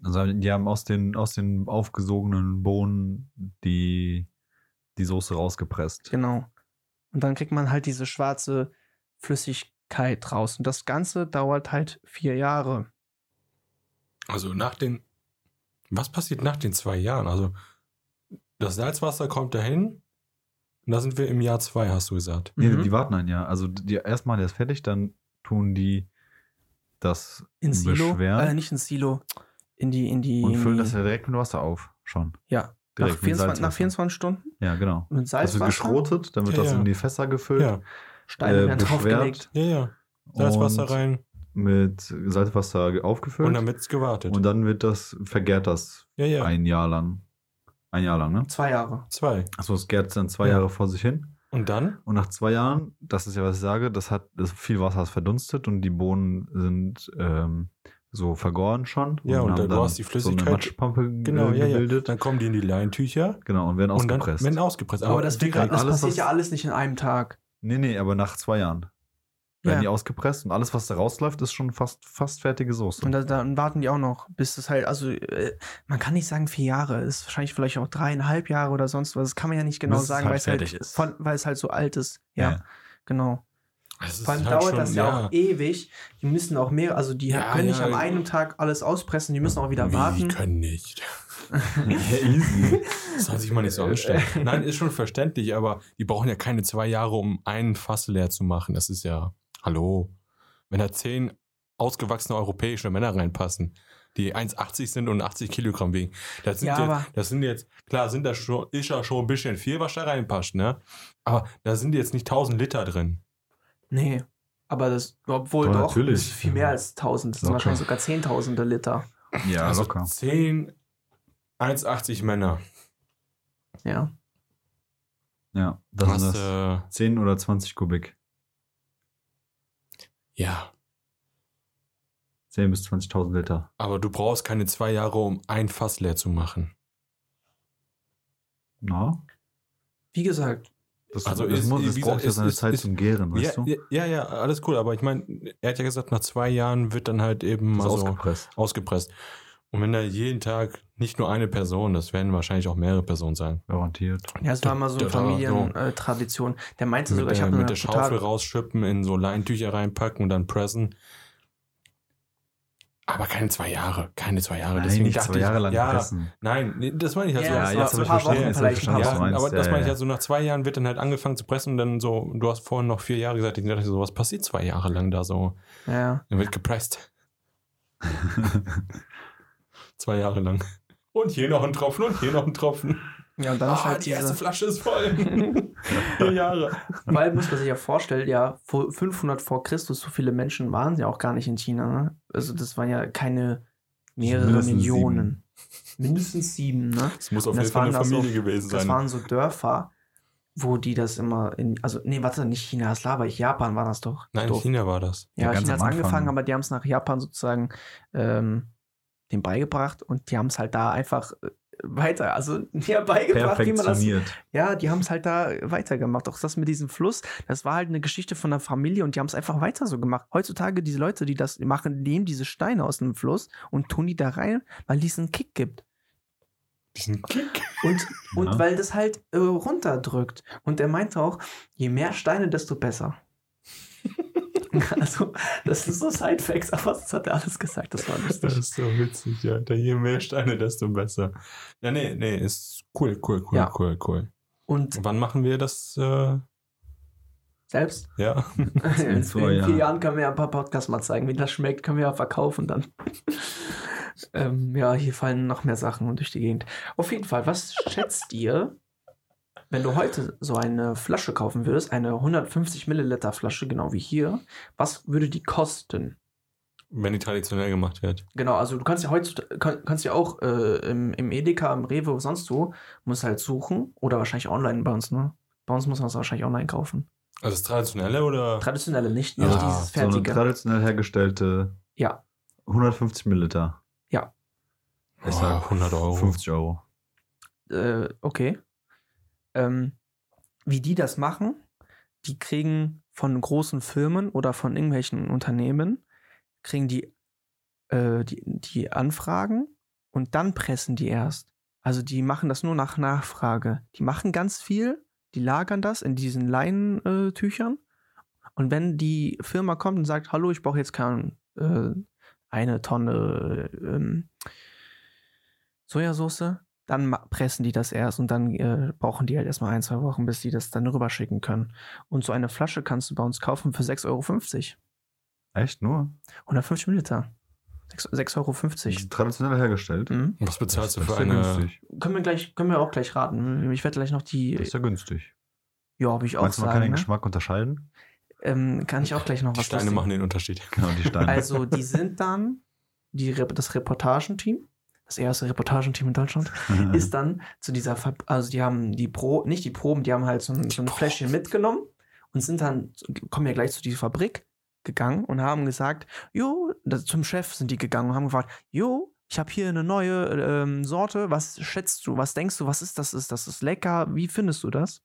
Speaker 1: Also die haben aus den, aus den aufgesogenen Bohnen die, die Soße rausgepresst.
Speaker 2: Genau. Und dann kriegt man halt diese schwarze Flüssigkeit raus. Und das Ganze dauert halt vier Jahre.
Speaker 3: Also nach den. Was passiert nach den zwei Jahren? Also das Salzwasser kommt dahin. Und da sind wir im Jahr zwei, hast du gesagt.
Speaker 1: Nee,
Speaker 2: Mhm.
Speaker 1: die warten ein Jahr. Also die, erstmal der ist fertig, dann tun die das
Speaker 2: in Silo.
Speaker 1: beschweren.
Speaker 2: Äh, nicht in Silo. In die, in die.
Speaker 1: Und
Speaker 2: in
Speaker 1: füllen
Speaker 3: Hm.
Speaker 2: die,
Speaker 1: das ja direkt mit Wasser auf. Schon.
Speaker 2: ja. Nach
Speaker 1: Direkt mit
Speaker 2: 24, nach
Speaker 1: Salzwasser.
Speaker 2: 24 Stunden
Speaker 1: Ja, genau.
Speaker 2: mit
Speaker 1: Das
Speaker 2: Salzwasser.
Speaker 1: wird geschrotet, dann wird
Speaker 3: Ja,
Speaker 1: das
Speaker 3: ja.
Speaker 1: in die Fässer gefüllt,
Speaker 3: Ja,
Speaker 2: Steine
Speaker 1: äh,
Speaker 2: werden
Speaker 1: beschwert.
Speaker 2: draufgelegt.
Speaker 3: ja, ja. Salzwasser
Speaker 1: und
Speaker 3: rein.
Speaker 1: mit Salzwasser aufgefüllt.
Speaker 3: Und dann wird's gewartet.
Speaker 1: Und dann wird das, vergärt das
Speaker 3: ja, ja.
Speaker 1: ein Jahr lang. Ein Jahr lang, ne?
Speaker 2: Zwei Jahre.
Speaker 3: Zwei.
Speaker 1: Achso, es gärt dann zwei
Speaker 3: Ja.
Speaker 1: Jahre vor sich hin.
Speaker 3: Und dann?
Speaker 1: Und nach zwei Jahren, das ist ja, was ich sage, das hat das viel Wasser ist verdunstet und die Bohnen sind ähm, so vergoren schon.
Speaker 3: Ja, und
Speaker 1: haben
Speaker 3: dann- du hast die
Speaker 1: So
Speaker 3: Flüssigkeit-
Speaker 1: eine Matschpampe ge-
Speaker 3: Genau, ja, ja.
Speaker 1: gebildet.
Speaker 3: Dann kommen die in die Leintücher
Speaker 1: Genau, und werden
Speaker 3: und dann
Speaker 1: ausgepresst.
Speaker 3: werden ausgepresst.
Speaker 2: Aber, das, wird
Speaker 1: Digga,
Speaker 2: grad, das
Speaker 1: alles,
Speaker 2: passiert
Speaker 1: was-
Speaker 2: ja alles nicht in einem Tag.
Speaker 1: nee, nee, aber nach zwei Jahren werden
Speaker 2: Ja.
Speaker 1: die ausgepresst und alles, was da rausläuft, ist schon fast, fast fertige Soße.
Speaker 2: Und da, dann warten die auch noch, bis das halt, also äh, man kann nicht sagen vier Jahre, ist wahrscheinlich vielleicht auch dreieinhalb Jahre oder sonst was. Das kann man ja nicht genau
Speaker 1: Bis es
Speaker 2: sagen,
Speaker 1: halt
Speaker 2: weil es halt,
Speaker 1: fertig ist.
Speaker 2: voll- weil es halt so alt ist. Ja,
Speaker 1: Ja.
Speaker 2: genau.
Speaker 3: Das ist
Speaker 2: Vor allem
Speaker 3: halt
Speaker 2: dauert
Speaker 3: schon-
Speaker 2: das ja, auch ewig. Die müssen auch mehr, also die
Speaker 3: Ja,
Speaker 2: können nicht
Speaker 3: ja.
Speaker 2: an einem Tag alles auspressen, die müssen auch wieder
Speaker 3: Wie,
Speaker 2: warten.
Speaker 3: können nicht.
Speaker 1: easy.
Speaker 3: Soll sich mal nicht so anstellen. Nein, ist schon verständlich, aber die brauchen ja keine zwei Jahre, um einen Fass leer zu machen. Das ist ja, hallo. Wenn da zehn ausgewachsene europäische Männer reinpassen, die 1,80 sind und 80 Kilogramm wiegen, das sind,
Speaker 2: Ja, aber-
Speaker 3: jetzt, das sind jetzt, klar, sind das schon, ist ja schon ein bisschen viel, was da reinpasst, ne? Aber da sind jetzt nicht 1000 Liter drin.
Speaker 2: Nee. Aber das, obwohl
Speaker 1: Doch,
Speaker 2: doch,
Speaker 1: natürlich.
Speaker 2: das ist viel mehr als 1000, das sind
Speaker 1: Locker.
Speaker 2: wahrscheinlich sogar Zehntausende Liter.
Speaker 1: ja,
Speaker 3: also
Speaker 1: locker.
Speaker 3: 10, 1,80 Männer.
Speaker 2: Ja.
Speaker 1: Ja, das
Speaker 3: Das,
Speaker 1: sind das.
Speaker 3: äh,
Speaker 1: 10 oder 20 Kubik.
Speaker 3: äh, ja.
Speaker 1: 10 bis 20.000 Liter.
Speaker 3: Aber du brauchst keine zwei Jahre, um ein Fass leer zu machen.
Speaker 1: Na?
Speaker 2: Wie gesagt,
Speaker 1: Das,
Speaker 3: Also
Speaker 1: das,
Speaker 3: ist-
Speaker 1: muss,
Speaker 3: wie
Speaker 1: das
Speaker 3: gesagt,
Speaker 1: braucht ja
Speaker 3: ist-
Speaker 1: seine
Speaker 3: ist-
Speaker 1: Zeit
Speaker 3: ist-
Speaker 1: zum Gären,
Speaker 3: Ja,
Speaker 1: weißt du?
Speaker 3: ja, ja, ja, alles cool, aber ich meine, er hat ja gesagt, nach zwei Jahren wird dann halt eben
Speaker 1: Das
Speaker 3: mal
Speaker 1: ist
Speaker 3: so
Speaker 1: ausgepresst.
Speaker 3: ausgepresst. Und wenn da jeden Tag nicht nur eine Person, das werden wahrscheinlich auch mehrere Personen sein.
Speaker 1: Garantiert.
Speaker 2: ja, es war mal so eine
Speaker 3: Da- da-
Speaker 2: Familientradition. Der meinte
Speaker 3: Mit
Speaker 2: sogar, ich
Speaker 3: der,
Speaker 2: habe eine
Speaker 3: mit der Schaufel
Speaker 2: total,
Speaker 3: rausschippen, in so Leintücher reinpacken und dann pressen. Aber keine zwei Jahre, keine zwei Jahre.
Speaker 1: Nein,
Speaker 3: Deswegen
Speaker 1: nicht
Speaker 3: dachte
Speaker 1: zwei Jahre
Speaker 3: ich,
Speaker 1: lang
Speaker 3: ja,
Speaker 1: pressen.
Speaker 3: Nein, nee, das meine ich ja,
Speaker 2: Ja,
Speaker 3: so.
Speaker 2: jetzt
Speaker 3: so-
Speaker 2: hab ich paar Wochen
Speaker 1: jetzt hab
Speaker 2: vielleicht,
Speaker 1: ich
Speaker 2: ein
Speaker 1: verstanden, was
Speaker 2: paar
Speaker 3: Ja,
Speaker 1: du meinst.
Speaker 3: aber das
Speaker 1: Ja,
Speaker 3: meine ich
Speaker 1: ja.
Speaker 3: ja so, nach zwei Jahren wird dann halt angefangen zu pressen und dann so, du hast vorhin noch vier Jahre gesagt, ich dachte so, was passiert zwei Jahre lang da so?
Speaker 2: ja,
Speaker 3: Dann wird gepresst. Zwei Jahre lang. Und hier noch ein Tropfen und hier noch ein Tropfen.
Speaker 2: ja, und dann ist
Speaker 3: Ah,
Speaker 2: halt
Speaker 3: die erste
Speaker 2: diese,
Speaker 3: Flasche ist voll. vier Jahre.
Speaker 2: vor allem muss man sich ja vorstellen, ja, vor 500 vor Christus, so viele Menschen waren ja auch gar nicht in China, ne? Also das waren ja keine mehrere
Speaker 1: Mindestens
Speaker 2: Millionen. Mindestens sieben, ne?
Speaker 3: Es muss auf
Speaker 2: Das
Speaker 3: jeden Fall
Speaker 2: waren
Speaker 3: eine
Speaker 2: das
Speaker 3: Familie gewesen
Speaker 2: Das
Speaker 3: sein.
Speaker 2: waren so Dörfer, wo die das immer in, also, nee, warte, nicht China, das laber ich, Japan war das doch.
Speaker 3: Nein,
Speaker 2: Doof.
Speaker 3: China war das.
Speaker 1: Ja,
Speaker 2: Ja,
Speaker 1: ganz
Speaker 2: China
Speaker 1: am
Speaker 2: hat angefangen,
Speaker 1: Anfang.
Speaker 2: aber die haben es nach Japan sozusagen ähm, dem beigebracht und die haben es halt da einfach äh, weiter, also ja, beigebracht, wie man das.
Speaker 1: Perfektioniert.
Speaker 2: Ja, die haben es halt da weitergemacht. Auch das mit diesem Fluss, das war halt eine Geschichte von der Familie und die haben es einfach weiter so gemacht. Heutzutage, diese Leute, die das machen, nehmen diese Steine aus dem Fluss und tun die da rein, weil dies einen Kick gibt.
Speaker 3: Diesen Kick.
Speaker 2: Und, und
Speaker 1: Ja.
Speaker 2: weil das halt äh, runterdrückt. Und er meinte auch, je mehr Steine, desto besser. also, das sind so Sidefacts, aber das hat er alles gesagt, das war lustig.
Speaker 3: ist so witzig, Alter. Je mehr Steine, desto besser. Ja, nee, nee, ist cool, cool, cool,
Speaker 2: Ja.
Speaker 3: cool, cool.
Speaker 2: Und
Speaker 3: Wann machen wir das? Äh,
Speaker 2: selbst
Speaker 3: ja.
Speaker 2: in
Speaker 1: so, ja.
Speaker 2: vier Jahren können wir ja ein paar Podcasts mal zeigen. Wie das schmeckt, können wir ja verkaufen dann. ähm, ja, hier fallen noch mehr Sachen durch die Gegend. Auf jeden Fall, was schätzt ihr, wenn du heute so eine Flasche kaufen würdest, eine 150 Milliliter Flasche, genau wie hier, was würde die kosten?
Speaker 3: Wenn die traditionell gemacht wird.
Speaker 2: Genau, also du kannst ja heutzutage, kann, kannst ja auch äh, im, im Edeka, im Rewe oder sonst wo, musst halt suchen oder wahrscheinlich online bei uns, ne? Bei uns muss man es wahrscheinlich online kaufen.
Speaker 3: Also das Traditionelle oder?
Speaker 2: Traditionelle nicht,
Speaker 3: Ja,
Speaker 2: also dieses
Speaker 1: So eine
Speaker 2: fertige.
Speaker 1: traditionell hergestellte
Speaker 2: ja,
Speaker 1: 150 Milliliter.
Speaker 2: Ja.
Speaker 1: Ich
Speaker 3: Oh,
Speaker 1: sag
Speaker 3: 100 Euro.
Speaker 1: 50 Euro.
Speaker 2: äh, okay. Ähm, wie die das machen, die kriegen von großen Firmen oder von irgendwelchen Unternehmen, kriegen die, äh, die, die Anfragen und dann pressen die erst. Also die machen das nur nach Nachfrage. Die machen ganz viel, die lagern das in diesen Leinentüchern. Und wenn die Firma kommt und sagt, hallo, ich brauche jetzt keine äh, eine Tonne äh, ähm, Sojasauce, dann ma- pressen die das erst und dann äh, brauchen die halt erstmal ein, zwei Wochen, bis die das dann rüberschicken können. Und so eine Flasche kannst du bei uns kaufen für 6,50 Euro.
Speaker 1: Echt nur?
Speaker 2: 150 Milliliter. Sechs- 6,50 Euro.
Speaker 1: Traditionell hergestellt.
Speaker 2: Mhm.
Speaker 3: Was bezahlst du
Speaker 1: Das
Speaker 3: für
Speaker 1: ist ja
Speaker 3: eine?
Speaker 1: günstig.
Speaker 2: Können, wir gleich, können wir auch gleich raten. Ich werde gleich noch die.
Speaker 1: Das ist ja günstig.
Speaker 2: Ja, habe ich auch
Speaker 1: Meinst du, man
Speaker 2: sagen.
Speaker 1: kann den
Speaker 2: ne?
Speaker 1: Geschmack unterscheiden?
Speaker 2: Ähm, kann ich auch gleich noch
Speaker 3: Die
Speaker 2: was
Speaker 3: Steine
Speaker 2: lustig-
Speaker 3: machen den Unterschied.
Speaker 1: Genau, die Steine.
Speaker 2: Also, die sind dann die, Rep- das Reportagenteam, das erste Reportagenteam in Deutschland, ist dann zu dieser, Ver also die haben die Pro, nicht die Proben, die haben halt so ein, so ein Fläschchen mitgenommen und sind dann, kommen ja gleich zu dieser Fabrik gegangen und haben gesagt, jo, das, zum Chef sind die gegangen und haben gefragt, jo, ich habe hier eine neue äh, ähm, Sorte, was schätzt du, was denkst du, was ist das, ist das ist lecker, wie findest du das?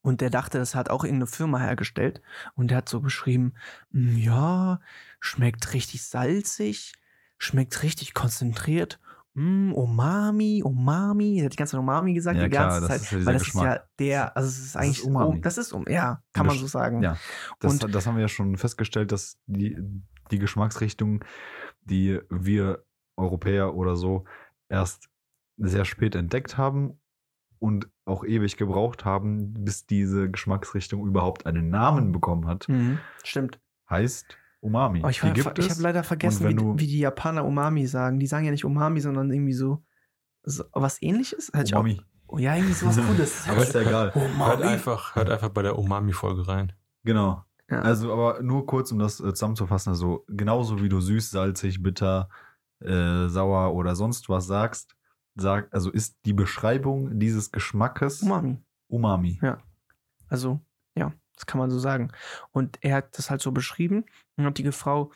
Speaker 2: Und der dachte, das hat auch irgendeine Firma hergestellt und der hat so beschrieben, "Mm, ja, schmeckt richtig salzig, schmeckt richtig konzentriert Mm, Umami, Umami, er hat die ganze Zeit Umami gesagt,
Speaker 1: Ja,
Speaker 2: die
Speaker 1: klar,
Speaker 2: ganze
Speaker 1: das
Speaker 2: Zeit.
Speaker 1: ist ja dieser
Speaker 2: weil das ist ja
Speaker 1: Geschmack.
Speaker 2: der, also es ist
Speaker 1: Das
Speaker 2: eigentlich
Speaker 1: ist Umami.
Speaker 2: Um, das ist um, ja, kann man so sagen.
Speaker 1: Ja. das,
Speaker 2: und-
Speaker 1: das haben wir ja schon festgestellt, dass die, die Geschmacksrichtung, die wir Europäer oder so erst sehr spät entdeckt haben und auch ewig gebraucht haben, bis diese Geschmacksrichtung überhaupt einen Namen bekommen hat,
Speaker 2: Mhm. Stimmt.
Speaker 1: heißt Umami.
Speaker 2: Oh, ich
Speaker 1: die
Speaker 2: war-
Speaker 1: gibt
Speaker 2: ich
Speaker 1: es.
Speaker 2: habe leider vergessen,
Speaker 1: wenn
Speaker 2: wie,
Speaker 1: du-
Speaker 2: wie die Japaner Umami sagen. Die sagen ja nicht Umami, sondern irgendwie so, so was ähnliches. Hätte ich auch-
Speaker 1: Umami.
Speaker 2: Oh ja, irgendwie sowas Cooles.
Speaker 1: Aber ist ja egal.
Speaker 3: Hört
Speaker 2: Umami.
Speaker 3: einfach, hört einfach bei der Umami-Folge rein.
Speaker 1: Genau.
Speaker 2: Ja.
Speaker 1: Also, aber nur kurz, um das äh, zusammenzufassen, also genauso wie du süß, salzig, bitter, äh, sauer oder sonst was sagst, sag, also ist die Beschreibung dieses Geschmackes
Speaker 2: Umami.
Speaker 1: Umami.
Speaker 2: Also, ja, das kann man so sagen. Und er hat das halt so beschrieben und hat die Frau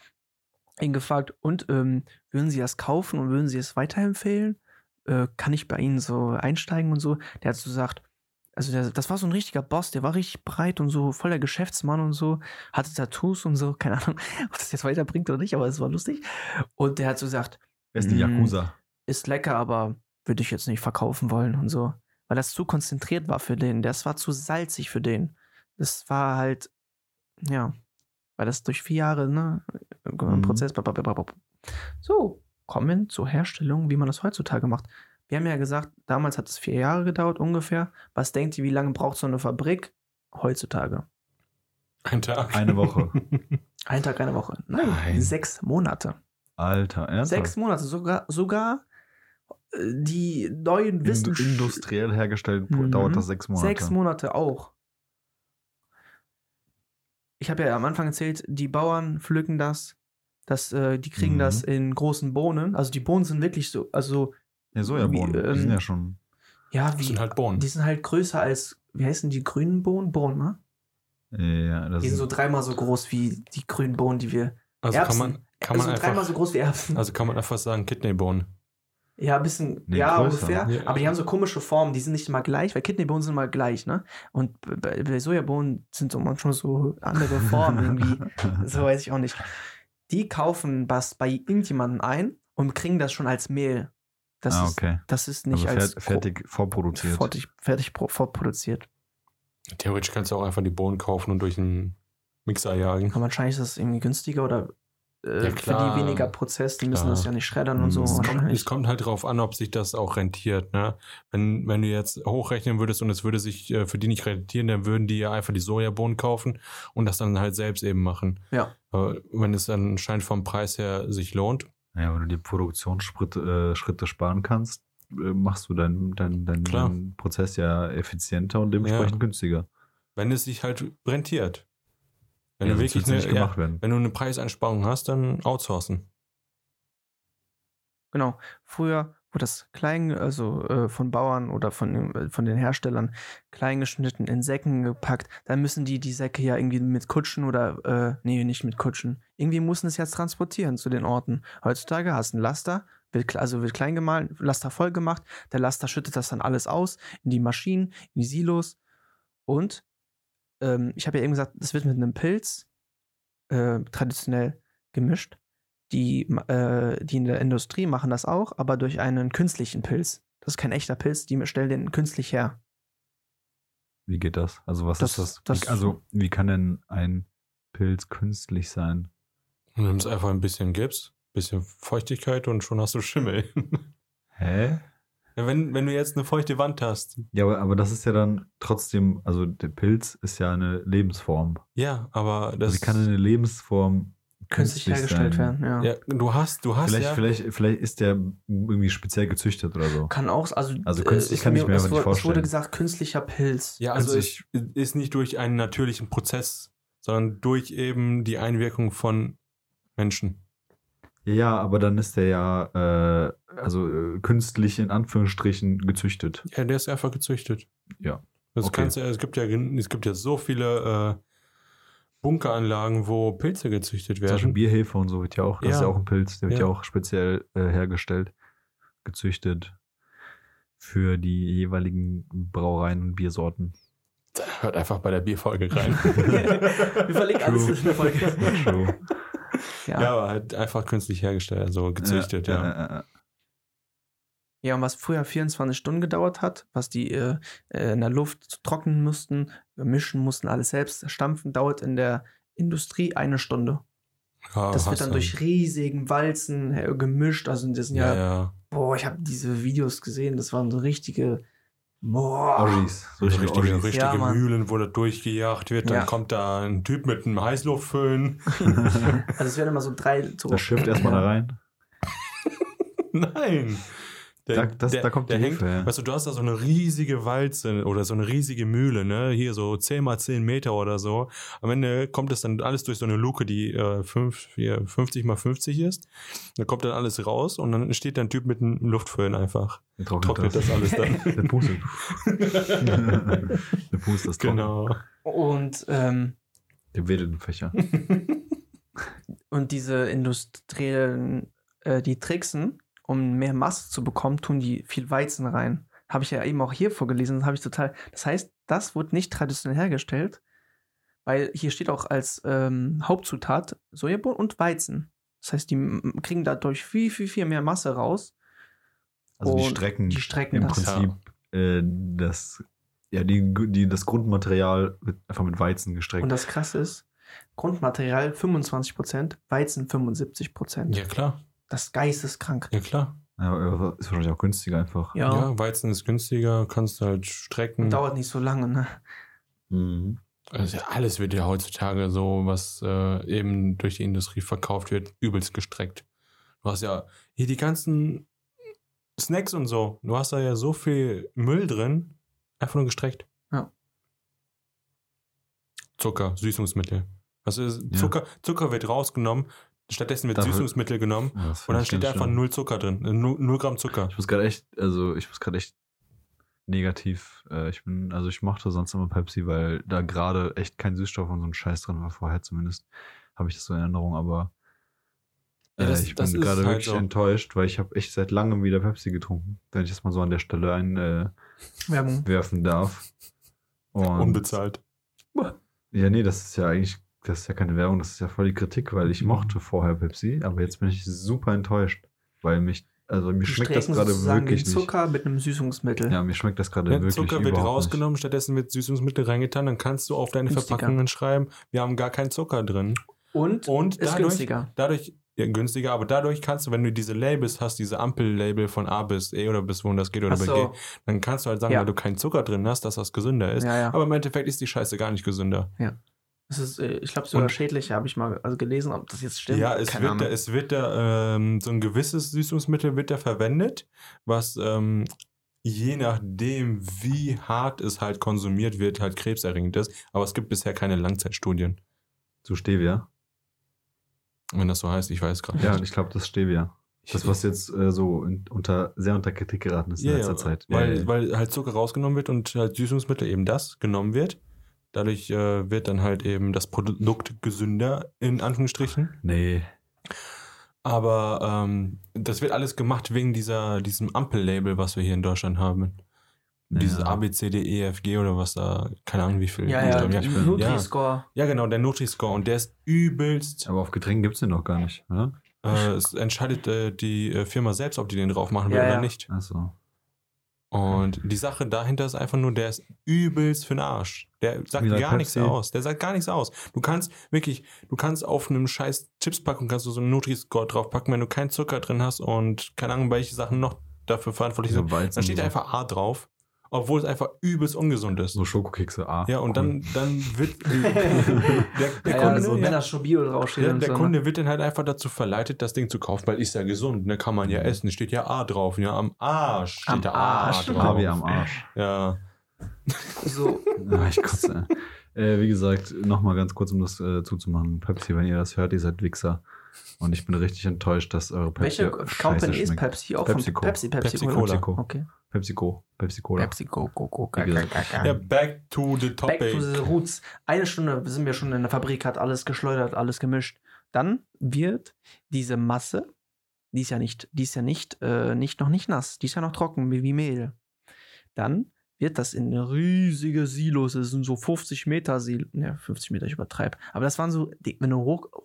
Speaker 2: ihn gefragt, und ähm, würden Sie das kaufen und würden Sie es weiterempfehlen? Äh, kann ich bei Ihnen so einsteigen und so? Der hat so gesagt, also der, das war so ein richtiger Boss, der war richtig breit und so voller Geschäftsmann und so, hatte Tattoos und so, keine Ahnung, ob das jetzt weiterbringt oder nicht, aber es war lustig. Und der hat so gesagt,
Speaker 1: Er ist die
Speaker 2: Mm.
Speaker 1: Yakuza.
Speaker 2: ist lecker, aber würde ich jetzt nicht verkaufen wollen und so. Weil das zu konzentriert war für den. Das war zu salzig für den. Das war halt, ja, weil das durch vier Jahre, ne?
Speaker 1: Mhm.
Speaker 2: Prozess, blablabla. So, kommen zur Herstellung, wie man das heutzutage macht. Wir haben ja gesagt, damals hat es vier Jahre gedauert ungefähr. Was denkt ihr, wie lange braucht so eine Fabrik heutzutage?
Speaker 3: Ein Tag.
Speaker 1: Eine Woche.
Speaker 2: Ein Tag, eine Woche. Nein,
Speaker 1: Nein.
Speaker 2: sechs Monate.
Speaker 1: Alter, ernsthaft?
Speaker 2: Sechs Monate, sogar, sogar äh, die neuen
Speaker 1: Ind
Speaker 2: Wissens...
Speaker 1: industriell hergestellt
Speaker 2: Mhm.
Speaker 1: dauert das sechs Monate.
Speaker 2: Sechs Monate auch. Ich habe ja am Anfang erzählt, die Bauern pflücken das, das äh, die kriegen
Speaker 1: Mhm.
Speaker 2: das in großen Bohnen. Also die Bohnen sind wirklich so, also
Speaker 1: Ja, Sojabohnen.
Speaker 2: Wie, ähm,
Speaker 1: die sind ja schon.
Speaker 2: ja,
Speaker 3: Das
Speaker 2: wie,
Speaker 3: sind halt Bohnen.
Speaker 2: die sind halt größer als, wie heißen die grünen Bohnen? Bohnen, ne?
Speaker 1: Ja, das
Speaker 2: Die sind
Speaker 1: ist,
Speaker 2: so dreimal so groß wie die grünen Bohnen, die wir.
Speaker 3: Also
Speaker 2: Erbsen.
Speaker 3: kann man, kann man
Speaker 2: also dreimal
Speaker 3: einfach,
Speaker 2: so groß wie Erbsen.
Speaker 3: also kann man einfach sagen Kidneybohnen.
Speaker 2: ja, ein bisschen,
Speaker 1: Nee,
Speaker 2: ja,
Speaker 1: größer.
Speaker 2: ungefähr.
Speaker 3: Ja.
Speaker 2: Aber die haben so komische Formen, die sind nicht immer gleich, weil Kidneybohnen sind immer gleich, ne? Und bei bei Sojabohnen sind so manchmal so andere Formen irgendwie. So weiß ich auch nicht. Die kaufen was bei irgendjemandem ein und kriegen das schon als Mehl. Das,
Speaker 1: ah,
Speaker 2: ist,
Speaker 1: okay.
Speaker 2: das ist
Speaker 1: Also
Speaker 2: nicht als
Speaker 1: fer- fertig
Speaker 2: gro-
Speaker 1: vorproduziert.
Speaker 2: fertig, fertig pro- vorproduziert.
Speaker 3: Theoretisch kannst du auch einfach die Bohnen kaufen und durch einen Mixer jagen.
Speaker 2: Aber wahrscheinlich ist das irgendwie günstiger oder äh,
Speaker 3: Ja,
Speaker 2: für
Speaker 3: klar.
Speaker 2: die weniger Prozess, die müssen
Speaker 3: Klar.
Speaker 2: das ja nicht schreddern und so.
Speaker 1: Mhm. Es kommt-
Speaker 2: wahrscheinlich.
Speaker 3: Es kommt halt darauf an, ob sich das auch rentiert. Ne? Wenn, wenn du jetzt hochrechnen würdest und es würde sich äh, für die nicht rentieren, dann würden die ja einfach die Sojabohnen kaufen und das dann halt selbst eben machen.
Speaker 2: Ja.
Speaker 3: Aber wenn es dann anscheinend vom Preis her sich lohnt,
Speaker 1: Ja, wenn du dir Produktionsschritte äh, Schritte sparen kannst, äh, machst du deinen dein, dein,
Speaker 3: Klar.
Speaker 1: deinen Prozess ja effizienter und dementsprechend
Speaker 3: Ja.
Speaker 1: günstiger.
Speaker 3: wenn es sich halt rentiert. Wenn
Speaker 1: Also, ja,
Speaker 3: du
Speaker 1: sonst
Speaker 3: wirklich
Speaker 1: wird's
Speaker 3: eine,
Speaker 1: nicht
Speaker 3: ja,
Speaker 1: gemacht werden.
Speaker 3: wenn du eine Preiseinsparung hast, dann outsourcen.
Speaker 2: Genau. Früher wurde das klein, also äh, von Bauern oder von, äh, von den Herstellern klein geschnitten, in Säcken gepackt. Dann müssen die die Säcke ja irgendwie mit Kutschen oder, äh, nee, nicht mit Kutschen. Irgendwie mussten es jetzt transportieren zu den Orten. Heutzutage hast du einen Laster, wird, kle- also wird klein gemahlen, Laster voll gemacht. Der Laster schüttet das dann alles aus in die Maschinen, in die Silos. Und ähm, ich habe ja eben gesagt, es wird mit einem Pilz äh, traditionell gemischt die, äh, die in der Industrie machen das auch, aber durch einen künstlichen Pilz. Das ist kein echter Pilz, die stellen den künstlich her.
Speaker 1: Wie geht das? Also, was
Speaker 2: Das-
Speaker 1: ist das?
Speaker 2: das-
Speaker 1: also, wie kann denn ein Pilz künstlich sein?
Speaker 3: Du nimmst einfach ein bisschen Gips, bisschen Feuchtigkeit und schon hast du Schimmel.
Speaker 1: Hä?
Speaker 3: Ja, wenn, wenn du jetzt eine feuchte Wand hast,
Speaker 1: Ja, aber, aber das ist ja dann trotzdem, also der Pilz ist ja eine Lebensform.
Speaker 3: ja, aber
Speaker 1: also,
Speaker 3: das
Speaker 1: wie kann denn eine Lebensform
Speaker 2: künstlich
Speaker 1: künstlich
Speaker 2: hergestellt
Speaker 1: sein.
Speaker 2: werden. Ja.
Speaker 3: Ja, du hast, du hast
Speaker 1: Vielleicht,
Speaker 3: ja.
Speaker 1: vielleicht, vielleicht ist der irgendwie speziell gezüchtet oder so.
Speaker 2: Kann auch, also,
Speaker 1: Also
Speaker 2: äh,
Speaker 1: künstlich
Speaker 2: ist
Speaker 1: kann ich mir
Speaker 2: es
Speaker 1: aber nicht
Speaker 2: wurde, Es wurde
Speaker 1: vorstellen.
Speaker 2: gesagt, künstlicher Pilz.
Speaker 3: Ja, also
Speaker 1: Künstlich.
Speaker 3: es ist nicht durch einen natürlichen Prozess, sondern durch eben die Einwirkung von Menschen.
Speaker 1: Ja, aber dann ist der ja äh, also äh, künstlich in Anführungsstrichen gezüchtet.
Speaker 3: Ja, der ist einfach gezüchtet.
Speaker 1: Ja.
Speaker 3: Das
Speaker 1: Okay.
Speaker 3: kannst du, es, gibt ja, gen- es gibt ja so viele äh, Bunkeranlagen, wo Pilze gezüchtet
Speaker 1: Zum Beispiel
Speaker 3: werden.
Speaker 1: Bierhefe und so wird ja auch, das
Speaker 3: Ja.
Speaker 1: ist ja auch ein Pilz, der wird
Speaker 3: Ja.
Speaker 1: ja, auch speziell äh, hergestellt, gezüchtet für die jeweiligen Brauereien und Biersorten.
Speaker 3: Hört einfach bei der Bierfolge rein.
Speaker 2: Wir verlinken alles in der Folge.
Speaker 1: True.
Speaker 2: Ja.
Speaker 3: ja,
Speaker 2: ja.
Speaker 3: aber halt einfach künstlich hergestellt, also gezüchtet, ja.
Speaker 1: Äh, äh, äh.
Speaker 2: und was früher 24 Stunden gedauert hat, was die äh, äh, in der Luft trocknen mussten, mischen mussten, alles selbst stampfen, dauert in der Industrie eine Stunde.
Speaker 3: Ja,
Speaker 1: Ah,
Speaker 2: Das
Speaker 3: Ah, hast
Speaker 2: wird dann
Speaker 3: du.
Speaker 2: durch riesigen Walzen äh, gemischt. Also das sind ja,
Speaker 3: Ja, ja.
Speaker 2: boah, ich habe diese Videos gesehen, das waren so richtige, boah.
Speaker 1: Orgies. So
Speaker 3: Durch
Speaker 1: richtige
Speaker 3: richtige,
Speaker 1: Orgies.
Speaker 3: richtige
Speaker 2: Ja, Mann.
Speaker 3: Mühlen, wo das durchgejagt wird. Dann
Speaker 2: Ja.
Speaker 3: kommt da ein Typ mit einem Heißluftföhn.
Speaker 2: Also es werden immer so drei, so
Speaker 1: Das schifft erstmal da rein.
Speaker 3: Nein.
Speaker 1: Da- das- da kommt die Hilfe, ja.
Speaker 3: Weißt du, du hast da so eine riesige Walze oder so eine riesige Mühle, ne? Hier so 10 mal 10 Meter oder so. Am Ende kommt das dann alles durch so eine Luke, die äh, fünf, vier, 50 mal 50 ist. Da kommt dann alles raus und dann steht da ein Typ mit einem Luftföhn einfach.
Speaker 1: Der trocknet
Speaker 3: Trocknet das alles dann.
Speaker 1: Der pustet. Der pustet das trocken.
Speaker 3: genau.
Speaker 2: Und ähm,
Speaker 1: Der wedelt im Fächer.
Speaker 2: Und diese industriellen, äh, die tricksen, um mehr Masse zu bekommen, tun die viel Weizen rein. Habe ich ja eben auch hier vorgelesen, habe ich total. Das heißt, das wird nicht traditionell hergestellt, weil hier steht auch als ähm, Hauptzutat Sojabohnen und Weizen. Das heißt, die m- kriegen dadurch viel, viel, viel mehr Masse raus.
Speaker 1: Also die
Speaker 2: Und
Speaker 1: strecken,
Speaker 2: die strecken
Speaker 1: im
Speaker 2: das.
Speaker 1: Prinzip äh, das, ja, die, die, das Grundmaterial wird einfach mit Weizen
Speaker 2: Und
Speaker 1: gestreckt.
Speaker 2: das krasse ist, Grundmaterial 25%, Weizen 75%.
Speaker 3: Ja, klar.
Speaker 2: Das ist geisteskrank.
Speaker 3: Ja, klar.
Speaker 1: Aber ist wahrscheinlich auch günstiger einfach.
Speaker 3: Ja. Weizen ist günstiger, kannst du halt strecken.
Speaker 2: Dauert nicht so lange, ne?
Speaker 1: Mhm.
Speaker 3: Also alles wird ja heutzutage so, was äh, eben durch die Industrie verkauft wird, übelst gestreckt. Du hast ja hier die ganzen Snacks und so. Du hast da ja so viel Müll drin, einfach nur gestreckt.
Speaker 2: Ja.
Speaker 3: Zucker, Süßungsmittel. Also es-
Speaker 1: Ja.
Speaker 3: Zucker, Zucker wird rausgenommen, stattdessen wird
Speaker 1: Dafür-
Speaker 3: Süßungsmittel genommen
Speaker 1: Ja, das
Speaker 3: und
Speaker 1: find
Speaker 3: dann
Speaker 1: ich
Speaker 3: steht da
Speaker 1: ganz
Speaker 3: einfach
Speaker 1: schlimm.
Speaker 3: null Zucker drin, äh, null, null Gramm Zucker.
Speaker 1: Ich muss gerade echt, also ich muss gerade echt negativ. Äh, ich bin, also ich mochte sonst immer Pepsi, weil da gerade echt kein Süßstoff und so ein Scheiß drin war, vorher zumindest. Habe ich das so in Erinnerung, aber
Speaker 3: Ja,
Speaker 1: äh,
Speaker 3: das-
Speaker 1: ich
Speaker 3: das
Speaker 1: bin
Speaker 3: ist
Speaker 1: gerade
Speaker 3: halt
Speaker 1: wirklich
Speaker 3: so.
Speaker 1: enttäuscht, weil ich habe echt seit langem wieder Pepsi getrunken, wenn ich das mal so an der Stelle einwerfen
Speaker 2: Werbung.
Speaker 1: äh, darf. Und-
Speaker 3: Unbezahlt.
Speaker 1: Ja, nee, das ist ja eigentlich, das ist ja keine Werbung, das ist ja voll die Kritik, weil ich
Speaker 3: Mhm.
Speaker 1: mochte vorher Pepsi, aber jetzt bin ich super enttäuscht, weil mich, also mir
Speaker 2: Die
Speaker 1: schmeckt das
Speaker 2: strecken
Speaker 1: gerade
Speaker 2: sozusagen
Speaker 1: wirklich
Speaker 2: den
Speaker 1: nicht.
Speaker 2: Zucker mit einem Süßungsmittel.
Speaker 1: Ja, mir schmeckt das gerade
Speaker 3: Ja,
Speaker 1: Ne, wirklich
Speaker 3: Ne, Zucker wird
Speaker 1: überhaupt
Speaker 3: rausgenommen, stattdessen wird Süßungsmittel reingetan, dann kannst du auf deine
Speaker 2: Günstiger.
Speaker 3: Verpackungen schreiben, wir haben gar keinen Zucker drin.
Speaker 2: Und,
Speaker 3: Und
Speaker 2: ist
Speaker 3: dadurch,
Speaker 2: günstiger.
Speaker 3: dadurch ja, günstiger, aber dadurch kannst du, wenn du diese Labels hast, diese Ampel-Label von A bis E oder bis wohin das geht oder
Speaker 2: Ach
Speaker 3: bis
Speaker 2: so.
Speaker 3: G, dann kannst du halt sagen,
Speaker 2: Ja.
Speaker 3: weil du keinen Zucker drin hast, dass das gesünder ist.
Speaker 2: Ja, ja.
Speaker 3: Aber im Endeffekt ist die Scheiße gar nicht gesünder.
Speaker 2: Es ist, äh, ich glaube, sogar
Speaker 3: Und-
Speaker 2: schädlicher, habe ich mal also gelesen, ob das jetzt stimmt.
Speaker 3: ja, es
Speaker 2: keine
Speaker 3: wird, da,
Speaker 2: Ahnung.
Speaker 3: es wird da ähm, so ein gewisses Süßungsmittel wird da verwendet, was ähm, je nachdem, wie hart es halt konsumiert wird, halt krebserregend ist. Aber es gibt bisher keine Langzeitstudien.
Speaker 1: Nicht. Zu Stevia.
Speaker 3: Wenn das so heißt, ich weiß gerade
Speaker 1: Ja,
Speaker 3: nicht.
Speaker 1: ich glaube, das ist Stevia. Das, was jetzt äh, so in, unter, sehr unter Kritik geraten ist in
Speaker 3: Ja,
Speaker 1: letzter
Speaker 3: ja,
Speaker 1: Zeit. Äh, Ja,
Speaker 3: Weil,
Speaker 1: ja, ja.
Speaker 3: weil halt Zucker rausgenommen wird und halt Süßungsmittel eben das genommen wird. Dadurch äh, wird dann halt eben das Produkt gesünder, in Anführungsstrichen.
Speaker 1: nee.
Speaker 3: Aber ähm, das wird alles gemacht wegen dieser, diesem Ampellabel, was wir hier in Deutschland haben. Dieses
Speaker 1: Ja.
Speaker 3: ABCDEFG E oder was da, keine Ahnung wie viel.
Speaker 2: ja, ja,
Speaker 1: Ja,
Speaker 2: ja,
Speaker 1: ich bin-
Speaker 2: Nutri-Score.
Speaker 3: ja, genau, der Nutri-Score. Und der ist übelst.
Speaker 1: Aber auf Getränken gibt es den noch gar nicht, ne? oder?
Speaker 3: Äh, es entscheidet äh, die äh, Firma selbst, ob die den drauf machen will
Speaker 2: Ja,
Speaker 3: oder
Speaker 2: ja.
Speaker 3: nicht.
Speaker 1: Achso.
Speaker 3: Und die Sache dahinter ist einfach nur, der ist übelst für den Arsch. Der sagt
Speaker 1: Wie sagt
Speaker 3: gar nichts
Speaker 1: Pepsi?
Speaker 3: aus. Der sagt gar nichts aus. Du kannst wirklich, du kannst auf einem scheiß Chipspackung kannst du so einen Nutri-Score draufpacken, wenn du keinen Zucker drin hast und keine Ahnung, welche Sachen noch dafür verantwortlich sind.
Speaker 1: Weizen
Speaker 3: Dann steht
Speaker 1: und
Speaker 3: da einfach A drauf obwohl es einfach übelst ungesund ist.
Speaker 1: So Schokokekse, ah.
Speaker 3: Ja, und dann, dann wird der, der,
Speaker 2: Ja,
Speaker 3: Kunde,
Speaker 2: so,
Speaker 3: ja,
Speaker 2: wenn das schon Bio draufsteht.
Speaker 3: der,
Speaker 2: und
Speaker 3: der
Speaker 2: so, ne?
Speaker 3: Kunde wird dann halt einfach dazu verleitet, das Ding zu kaufen, weil ist ja gesund, ne? Kann man ja essen, steht ja A drauf, ja, am Arsch steht
Speaker 2: Mhm. Am
Speaker 3: der A
Speaker 2: Arsch.
Speaker 3: drauf.
Speaker 1: Ah, wie am Arsch.
Speaker 3: Ja.
Speaker 2: Ne? So,
Speaker 1: Ah, ich kotze. äh, wie gesagt, nochmal ganz kurz, um das äh, zuzumachen. Pepsi, wenn ihr das hört, ihr seid Wichser. Und ich bin richtig enttäuscht, dass eure Pepsi
Speaker 2: welche Company ist
Speaker 1: schmeckt.
Speaker 2: Pepsi? Auch
Speaker 1: PepsiCo.
Speaker 2: von Pepsi, Pepsi,
Speaker 3: PepsiCo.
Speaker 2: Cola.
Speaker 1: PepsiCo.
Speaker 2: Okay.
Speaker 1: PepsiCo. Pepsi-Cola.
Speaker 2: PepsiCo, go, go,
Speaker 1: Wie
Speaker 2: ga, ga,
Speaker 1: gesagt.
Speaker 2: ga, ga.
Speaker 3: ja, back to the topic.
Speaker 2: Back to the Roots. Eine Stunde sind wir schon in der Fabrik, hat alles geschleudert, alles gemischt. Dann wird diese Masse, die ist ja nicht, die ist ja nicht, äh, nicht noch nicht nass, die ist ja noch trocken, wie, wie Mehl. Dann wird das in riesige Silos, das sind so 50 Meter Silos, ne, 50 Meter, ich übertreibe. Aber das waren so, die, wenn du hoch, oh,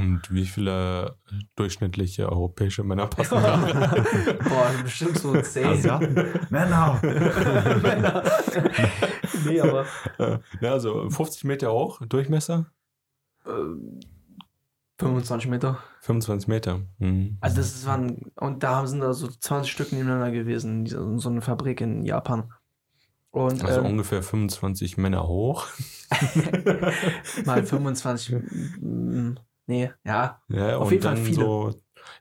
Speaker 3: Und wie viele durchschnittliche europäische Männer passen da? Also
Speaker 2: boah, bestimmt so 10.
Speaker 1: Also, Männer!
Speaker 2: Männer. nee, aber
Speaker 3: ja, also 50 Meter hoch, Durchmesser,
Speaker 2: ähm, 25 Meter.
Speaker 3: 25 Meter. Mhm.
Speaker 2: Also das ist- waren, und da haben- sind da so 20 Stück nebeneinander gewesen, in dieser- in so eine Fabrik in Japan. Und
Speaker 3: also
Speaker 2: ähm,
Speaker 3: ungefähr 25 Männer hoch.
Speaker 2: mal 25, mm, nee, ja,
Speaker 3: Ja,
Speaker 2: Auf
Speaker 3: und
Speaker 2: jeden Fall
Speaker 3: dann
Speaker 2: viele.
Speaker 3: so,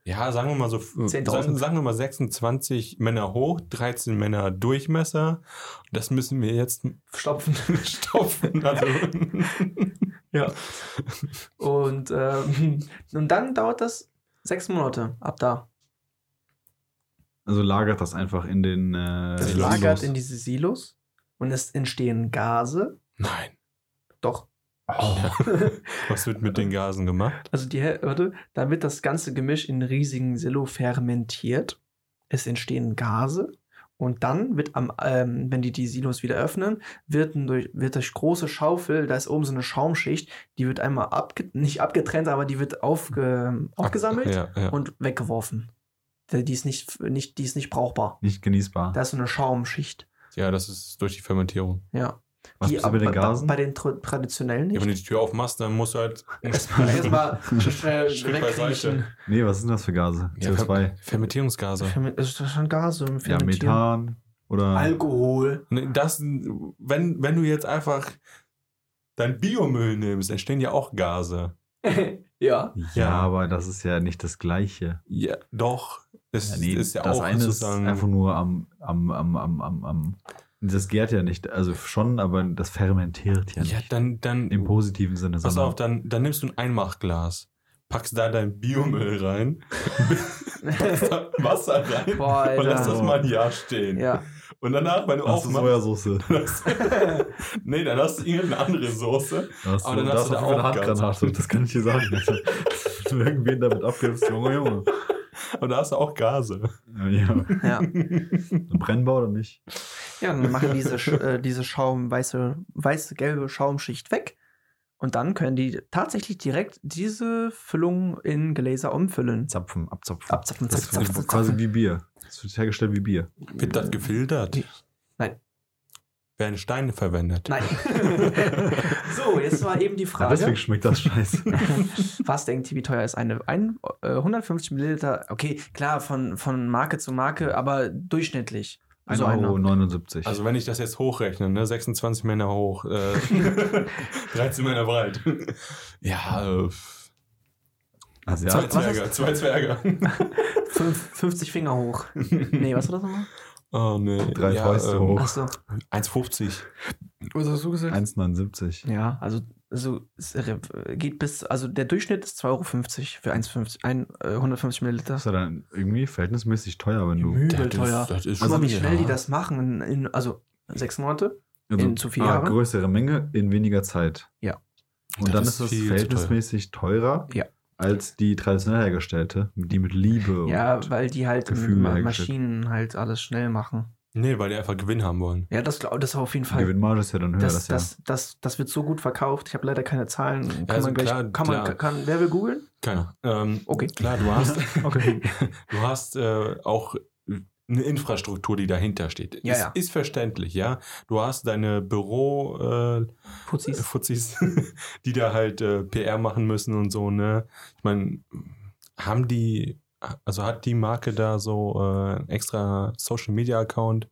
Speaker 3: ja, sagen wir mal so,
Speaker 2: 10.000.
Speaker 3: sagen, sagen wir mal 26 Männer hoch, 13 Männer Durchmesser. Das müssen wir jetzt
Speaker 2: stopfen.
Speaker 3: stopfen. Also,
Speaker 2: Ja. Und, ähm, und dann dauert das sechs Monate ab da.
Speaker 1: Also lagert das einfach in den. Äh,
Speaker 2: Das
Speaker 3: Silos.
Speaker 2: lagert in diese Silos und es entstehen Gase.
Speaker 3: nein.
Speaker 2: Doch. Oh.
Speaker 3: Was wird mit den Gasen gemacht?
Speaker 2: Also die, Häl- warte, da wird das ganze Gemisch in riesigen Silo fermentiert. Es entstehen Gase und dann wird am, ähm, wenn die die Silos wieder öffnen, wird ein durch, wird durch große Schaufel, da ist oben so eine Schaumschicht, die wird einmal abge nicht abgetrennt, aber die wird aufge aufgesammelt
Speaker 3: Ja, ja.
Speaker 2: und weggeworfen. Äh, Die die ist nicht, nicht, die ist nicht brauchbar.
Speaker 1: nicht genießbar.
Speaker 2: Da ist so eine Schaumschicht.
Speaker 3: ja, das ist durch die Fermentierung.
Speaker 2: Ja.
Speaker 1: Was
Speaker 2: die,
Speaker 1: passiert mit den
Speaker 2: bei-
Speaker 1: Gasen?
Speaker 2: Bei, bei den tra- traditionellen
Speaker 3: Ja,
Speaker 2: nicht.
Speaker 3: wenn du die Tür aufmachst, dann musst du halt
Speaker 2: Erstmal schnell
Speaker 3: Schritt
Speaker 2: wegkriechen.
Speaker 3: beiseite.
Speaker 1: nee, was sind das für Gase?
Speaker 3: Ja,
Speaker 1: CO2.
Speaker 3: Fer Fermentierungsgase.
Speaker 2: Ferment- Das ist schon Gase im
Speaker 1: Ja,
Speaker 2: Fermentieren.
Speaker 1: Methan oder.
Speaker 2: Alkohol.
Speaker 3: Ne, Das, wenn, wenn du jetzt einfach dein Biomüll nimmst, entstehen ja auch Gase.
Speaker 1: Ja,
Speaker 2: ja.
Speaker 3: Ja.
Speaker 1: aber das ist ja nicht das Gleiche.
Speaker 3: Ja, doch. Das
Speaker 1: Ja, nee,
Speaker 3: ist ja
Speaker 1: das
Speaker 3: auch
Speaker 1: eine
Speaker 3: sozusagen.
Speaker 1: ist einfach nur am, am, am, am, am, am. Das gärt ja nicht. Also schon, aber das fermentiert ja
Speaker 3: ja,
Speaker 1: nicht.
Speaker 3: dann, dann
Speaker 1: Im positiven Sinne.
Speaker 3: pass
Speaker 1: sondern-
Speaker 3: auf, dann, dann nimmst du ein Einmachglas, packst da dein Biomüll rein, packst da Wasser rein
Speaker 2: Boah,
Speaker 3: und lass
Speaker 2: Alter.
Speaker 3: das mal ein Jahr stehen.
Speaker 2: Ja.
Speaker 3: Und danach, wenn du
Speaker 1: Hast du
Speaker 3: aufmachst,
Speaker 1: Sojasauce?
Speaker 3: nee, dann hast du irgendeine andere Soße.
Speaker 1: Hast
Speaker 3: Aber dann hast du
Speaker 1: auf
Speaker 3: da
Speaker 1: jeden Fall
Speaker 3: auch
Speaker 1: eine Handgranate, das kann ich dir sagen. Alter. Wenn du irgendwen damit abgibst, Junge, Junge.
Speaker 3: Und da hast du auch Gase.
Speaker 1: Ja,
Speaker 2: ja.
Speaker 1: brennbar oder nicht?
Speaker 2: Ja, dann machen diese, Sch- äh, diese Schaum, weiße, weiße, gelbe Schaumschicht weg. Und dann können die tatsächlich direkt diese Füllung in Gläser umfüllen.
Speaker 1: Zapfen, abzapfen.
Speaker 2: Abzapfen,
Speaker 1: das
Speaker 2: zapfen, zapfen,
Speaker 1: ist quasi
Speaker 2: zapfen.
Speaker 1: wie Bier. Das wird hergestellt wie Bier.
Speaker 3: Wird das gefiltert?
Speaker 2: Nein.
Speaker 3: Werden Steine verwendet?
Speaker 2: Nein. so, jetzt war eben die
Speaker 3: Ah,
Speaker 1: Ja, deswegen
Speaker 2: Frage.
Speaker 1: schmeckt das scheiße.
Speaker 2: Was denkt ihr, wie teuer ist eine ein, äh, 150 Milliliter? Okay, klar, von, von Marke zu Marke, aber durchschnittlich. So eine.
Speaker 1: 1,79 Euro.
Speaker 3: Also wenn ich das jetzt hochrechne, ne, 26 Männer hoch, äh, 13 Männer breit. Ja, äh,
Speaker 1: also
Speaker 3: zwei
Speaker 1: ja,
Speaker 2: Was ist-
Speaker 3: Zwerge, zwei Zwerge.
Speaker 2: Fünf, 50 Finger hoch. Nee, was war das nochmal?
Speaker 3: Oh nee.
Speaker 1: Drei Fäuste hoch.
Speaker 2: Achso.
Speaker 3: $1,50.
Speaker 2: Was hast du gesagt?
Speaker 1: 1,79
Speaker 2: Ja, also, also es re- geht bis, also der Durchschnitt ist 2,50 Euro für 1,50, ein, äh, 150 Milliliter.
Speaker 1: Das ist ja dann irgendwie verhältnismäßig teuer, wenn du.
Speaker 2: Übel teuer.
Speaker 3: Das ist
Speaker 2: Guck mal, Also wie schnell die
Speaker 3: ja.
Speaker 2: das machen. In, in, also sechs Monate.
Speaker 1: Also,
Speaker 2: in zu vier
Speaker 1: ah,
Speaker 2: Jahren?
Speaker 1: größere Menge in weniger Zeit.
Speaker 2: Ja.
Speaker 1: Und
Speaker 3: Das
Speaker 1: dann
Speaker 3: ist
Speaker 1: ist es
Speaker 3: viel zu
Speaker 1: verhältnismäßig teurer
Speaker 2: Ja.
Speaker 1: als die traditionell hergestellte, die mit Liebe
Speaker 2: Ja,
Speaker 1: und
Speaker 2: weil die halt
Speaker 1: Gefühl
Speaker 2: Ma
Speaker 1: hergestellt.
Speaker 2: Maschinen halt alles schnell machen.
Speaker 3: Nee, weil die einfach Gewinn haben wollen.
Speaker 2: Ja, das glaube das auf jeden
Speaker 1: die
Speaker 2: Fall.
Speaker 1: Gewinnmarge ist ja dann höher.
Speaker 2: das, das,
Speaker 1: ja.
Speaker 2: das, das, wird so gut verkauft. Ich habe leider keine Zahlen. Kann
Speaker 3: also
Speaker 2: man gleich,
Speaker 3: klar,
Speaker 2: kann man,
Speaker 3: klar.
Speaker 2: kann, wer will googeln?
Speaker 3: Keiner. Ähm,
Speaker 2: Okay.
Speaker 3: Klar, du hast,
Speaker 1: Okay.
Speaker 3: du hast äh, auch eine Infrastruktur, die dahinter steht.
Speaker 2: Ja,
Speaker 3: ist,
Speaker 2: ja.
Speaker 3: ist verständlich, ja. Du hast deine Büro, äh,
Speaker 2: Putzis.
Speaker 3: Fuzis, die da halt äh, PR machen müssen und so, ne? Ich meine, haben die, also hat die Marke da so äh, einen extra Social Media Account?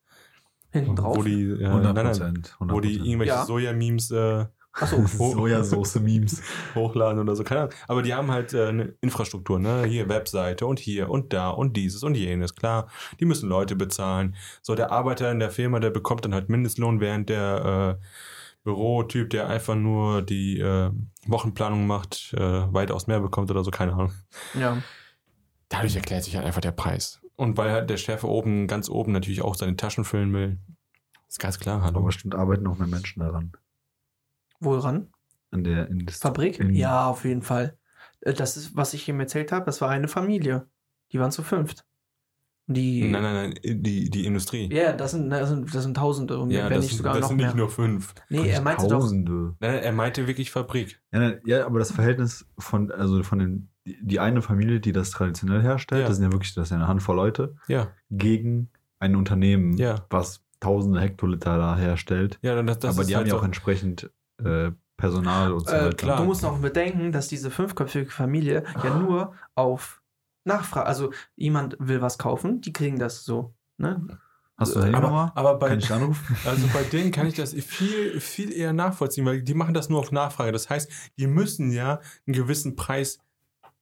Speaker 2: hinten drauf.
Speaker 3: Wo die, äh, nein,
Speaker 1: 100
Speaker 3: nein,
Speaker 1: Prozent. Oh
Speaker 3: wo die irgendwelche
Speaker 2: Ja.
Speaker 3: Soja-Memes äh,
Speaker 2: Achso,
Speaker 1: Sojasauce-Memes.
Speaker 3: hochladen oder so, keine Ahnung. Aber die haben halt äh, eine Infrastruktur, ne? Hier Webseite und hier und da und dieses und jenes, klar. Die müssen Leute bezahlen. So, der Arbeiter in der Firma, der bekommt dann halt Mindestlohn, während der äh, Bürotyp, der einfach nur die äh, Wochenplanung macht, äh, weitaus mehr bekommt oder so, keine Ahnung.
Speaker 2: ja.
Speaker 3: Dadurch erklärt sich halt einfach der Preis. Und weil halt der Chef oben, ganz oben natürlich auch seine Taschen füllen will. Ist ganz klar,
Speaker 1: Aber
Speaker 3: hallo.
Speaker 1: bestimmt arbeiten auch mehr Menschen daran.
Speaker 2: Woran?
Speaker 1: An der Industrie.
Speaker 2: Fabrik?
Speaker 3: Mhm.
Speaker 1: In-
Speaker 2: Ja, auf jeden Fall. Äh, Das ist, was ich ihm erzählt habe, das war eine Familie. Die waren zu fünft. Die.
Speaker 3: Nein, nein, nein, die, die Industrie.
Speaker 2: Ja, das sind, das sind, das sind Tausende und
Speaker 3: Ja,
Speaker 2: wenn
Speaker 3: das,
Speaker 2: nicht sogar
Speaker 3: das
Speaker 2: noch
Speaker 3: sind
Speaker 2: mehr.
Speaker 3: nicht nur fünf.
Speaker 2: nee, er meinte doch,
Speaker 1: Tausende.
Speaker 3: Nein, nein, er meinte wirklich Fabrik.
Speaker 1: Ja, nein, ja, aber das Verhältnis von, also von den, die eine Familie, die das traditionell herstellt,
Speaker 3: Ja.
Speaker 1: das sind ja wirklich, das sind ja eine Handvoll Leute,
Speaker 3: Ja,
Speaker 1: gegen ein Unternehmen,
Speaker 3: ja.
Speaker 1: was tausende Hektoliter da herstellt.
Speaker 3: Ja, dann das, das
Speaker 1: aber die haben ja
Speaker 3: halt
Speaker 1: auch entsprechend äh, Personal und so
Speaker 2: äh,
Speaker 1: weiter.
Speaker 3: klar.
Speaker 2: du musst noch bedenken, dass diese fünfköpfige Familie ja nur auf Nachfrage, also jemand will was kaufen, die kriegen das so. Ne?
Speaker 1: Hast du
Speaker 2: Äh,
Speaker 1: eine
Speaker 3: aber,
Speaker 1: Handynummer?
Speaker 3: aber bei,
Speaker 1: Kann ich anrufen?
Speaker 3: also bei denen kann ich das viel, viel eher nachvollziehen, weil die machen das nur auf Nachfrage. Das heißt, die müssen ja einen gewissen Preis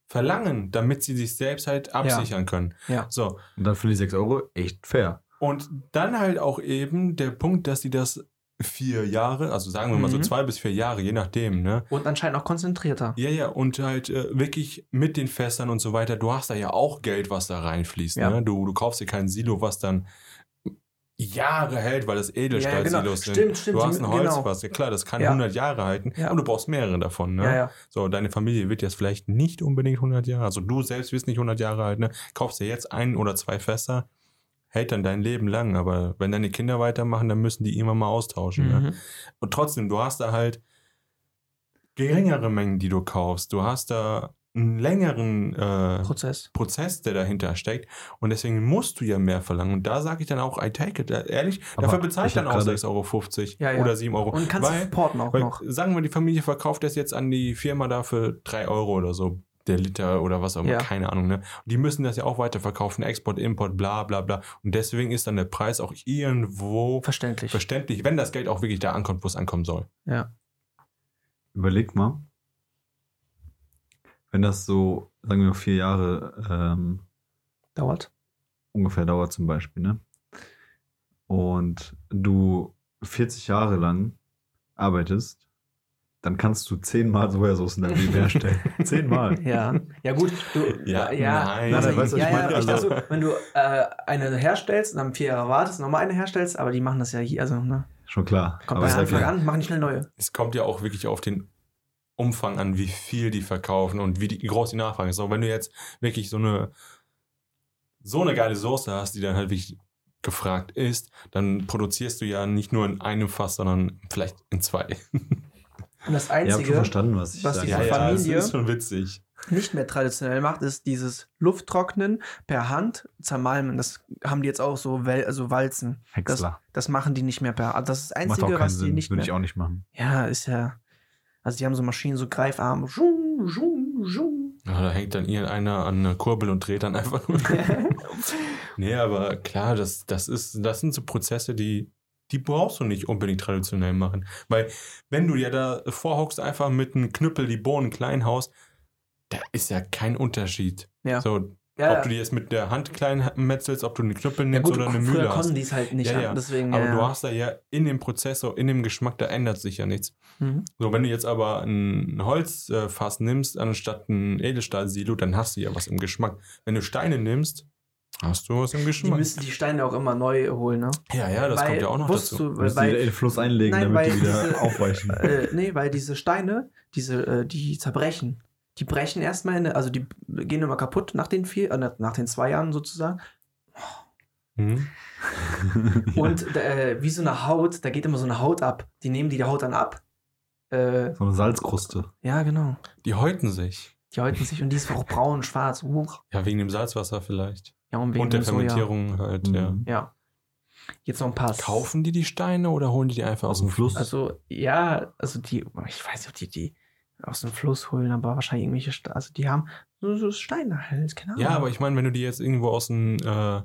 Speaker 3: verlangen, damit sie sich selbst halt absichern können.
Speaker 2: Ja.
Speaker 3: So,
Speaker 1: Und dann für die 6 Euro echt fair.
Speaker 3: Und dann halt auch eben der Punkt, dass sie das vier Jahre, also sagen wir mal so
Speaker 2: Mhm.
Speaker 3: zwei bis vier Jahre, je nachdem, ne?
Speaker 2: Und anscheinend auch konzentrierter.
Speaker 3: Ja, ja, und halt äh, wirklich mit den Fässern und so weiter, du hast da ja auch Geld, was da reinfließt,
Speaker 2: Ja.
Speaker 3: ne? Du, du kaufst dir kein Silo, was dann Jahre hält, weil das Edelstahlsilos
Speaker 2: genau.
Speaker 3: sind.
Speaker 2: Stimmt, stimmt,
Speaker 3: Du hast
Speaker 2: die-
Speaker 3: ein Holz,
Speaker 2: genau.
Speaker 3: was, ja klar, das kann
Speaker 2: Ja.
Speaker 3: 100 Jahre halten,
Speaker 2: Ja.
Speaker 3: aber du brauchst mehrere davon, ne?
Speaker 2: Ja, ja.
Speaker 3: So, deine Familie wird jetzt vielleicht nicht unbedingt 100 Jahre, also du selbst wirst nicht 100 Jahre alt, ne? Kaufst dir jetzt ein oder zwei Fässer, hält dann dein Leben lang, aber wenn deine Kinder weitermachen, dann müssen die immer mal austauschen, ne?
Speaker 2: Mhm.
Speaker 3: Und trotzdem, du hast da halt geringere Mengen, die du kaufst. Du hast da einen längeren äh,
Speaker 2: Prozess.
Speaker 3: Prozess, der dahinter steckt und deswegen musst du ja mehr verlangen. Und da sage ich dann auch, I take it, ehrlich,
Speaker 1: Aber
Speaker 3: dafür bezahle ich
Speaker 1: ich
Speaker 3: dann
Speaker 1: hab
Speaker 3: auch
Speaker 1: gerade-
Speaker 3: 6,50 Euro
Speaker 2: Ja, ja.
Speaker 3: oder 7 Euro.
Speaker 2: Und kannst
Speaker 3: Oh, weil-
Speaker 2: supporten auch
Speaker 3: weil,
Speaker 2: noch.
Speaker 3: Sagen wir, die Familie verkauft das jetzt an die Firma da für 3 Euro oder so, der Liter oder was auch immer,
Speaker 2: Ja.
Speaker 3: keine Ahnung. Ne? Und die müssen das ja auch weiterverkaufen, Export, Import, bla bla bla. Und deswegen ist dann der Preis auch irgendwo
Speaker 2: Verständlich.
Speaker 3: verständlich, wenn das Geld auch wirklich da ankommt, wo es ankommen soll.
Speaker 1: Überleg mal, wenn das so, sagen wir, vier Jahre ähm,
Speaker 2: Dauert.
Speaker 1: ungefähr dauert zum Beispiel, ne? Und du 40 Jahre lang arbeitest, dann kannst du zehnmal Sojasauce in deinem Leben herstellen. zehnmal.
Speaker 2: Ja. Ja, gut. Du,
Speaker 3: Ja,
Speaker 2: ja,
Speaker 3: nein.
Speaker 2: Also,
Speaker 1: Nein, weißt du,
Speaker 2: ja,
Speaker 1: ich
Speaker 2: ja,
Speaker 1: meine,
Speaker 2: also,
Speaker 1: also-
Speaker 2: wenn du äh, eine herstellst und dann vier Jahre wartest, nochmal eine herstellst, aber die machen das ja hier, also, ne?
Speaker 1: Schon klar.
Speaker 2: Kommt
Speaker 1: Aber
Speaker 2: bei
Speaker 1: ist ja
Speaker 2: Anfang
Speaker 1: klar.
Speaker 2: an, machen schnell neue.
Speaker 3: Es kommt ja auch wirklich auf den Umfang an, wie viel die verkaufen und wie, die, wie groß die Nachfrage ist. Auch wenn du jetzt wirklich so eine so eine geile Soße hast, die dann halt wirklich gefragt ist, dann produzierst du ja nicht nur in einem Fass, sondern vielleicht in zwei.
Speaker 2: Und das
Speaker 1: Ihr habt
Speaker 2: Einzige,
Speaker 1: schon verstanden, was ich
Speaker 2: was
Speaker 1: sage.
Speaker 2: die Ja,
Speaker 1: Ja,
Speaker 2: ja. Familie-
Speaker 3: das ist schon witzig.
Speaker 2: nicht mehr traditionell macht, ist dieses Lufttrocknen per Hand zermalmen. Das haben die jetzt auch so, Wel also Walzen.
Speaker 1: Häcksler.
Speaker 2: Das machen die nicht mehr per Hand. Das ist das
Speaker 1: Macht auch
Speaker 2: Einzige,
Speaker 1: keinen
Speaker 2: was die
Speaker 1: Sinn.
Speaker 2: nicht
Speaker 1: Würde ich
Speaker 2: mehr.
Speaker 1: auch nicht machen.
Speaker 2: Ja, ist ja. Also die haben so Maschinen, so Greifarme. Schum, schum, schum.
Speaker 3: Ja, da hängt dann irgendeiner an einer Kurbel und dreht dann einfach nur. nee, aber klar, das, das, ist, das sind so Prozesse, die, die brauchst du nicht unbedingt traditionell machen. Weil wenn du ja da vorhockst, einfach mit einem Knüppel die Bohnen klein haust, da ist ja kein Unterschied.
Speaker 2: Ja.
Speaker 3: So,
Speaker 2: ja,
Speaker 3: ob du die jetzt mit der Hand klein metzelst, ob du einen Knüppel
Speaker 2: ja,
Speaker 3: nimmst
Speaker 2: gut,
Speaker 3: oder eine
Speaker 2: früher
Speaker 3: Mühle hast.
Speaker 2: konnten die es halt nicht.
Speaker 3: Ja,
Speaker 2: Ja,
Speaker 3: ja.
Speaker 2: Deswegen,
Speaker 3: Aber
Speaker 2: ja,
Speaker 3: du
Speaker 2: ja.
Speaker 3: hast da ja in dem Prozess, so in dem Geschmack, da ändert sich ja nichts.
Speaker 2: Mhm.
Speaker 3: So, wenn du jetzt aber ein Holzfass nimmst, anstatt ein Edelstahlsilo, dann hast du ja was im Geschmack. Wenn du Steine nimmst, hast du was im
Speaker 2: Die
Speaker 3: Geschmack.
Speaker 2: müssen die Steine auch immer neu holen, ne?
Speaker 3: Ja, ja, das
Speaker 2: Weil-
Speaker 3: kommt ja auch noch
Speaker 2: wusstest
Speaker 3: dazu.
Speaker 2: Du,
Speaker 1: Du
Speaker 2: weil,
Speaker 1: musst die in den Fluss einlegen,
Speaker 2: Nein,
Speaker 1: damit
Speaker 2: weil
Speaker 1: die wieder
Speaker 2: diese-
Speaker 1: aufweichen.
Speaker 2: äh, nee, weil diese Steine, diese, äh, die zerbrechen. Die brechen erstmal, in, also die gehen immer kaputt nach den vier, äh, nach den zwei Jahren sozusagen.
Speaker 3: Mhm.
Speaker 2: Und äh, wie so eine Haut, da geht immer so eine Haut ab. Die nehmen die Haut dann ab. Äh,
Speaker 1: so eine Salzkruste.
Speaker 2: ja, genau.
Speaker 3: Die häuten sich.
Speaker 2: Die häuten sich und die ist auch braun, schwarz. Uch.
Speaker 3: Ja, wegen dem Salzwasser vielleicht.
Speaker 2: Ja, und wegen
Speaker 3: Und der
Speaker 2: dem Soja.
Speaker 3: Fermentierung halt, ja.
Speaker 1: Mhm.
Speaker 2: Ja. Jetzt noch ein paar.
Speaker 3: Kaufen die die Steine oder holen die die einfach
Speaker 1: Aus dem Fluss.
Speaker 2: Also, ja, also die, ich weiß nicht, ob die die aus dem Fluss holen, aber wahrscheinlich irgendwelche, Ste- also die haben so, so Steine halt, keine Ahnung.
Speaker 3: Ja, aber ich meine, wenn du die jetzt irgendwo aus dem äh,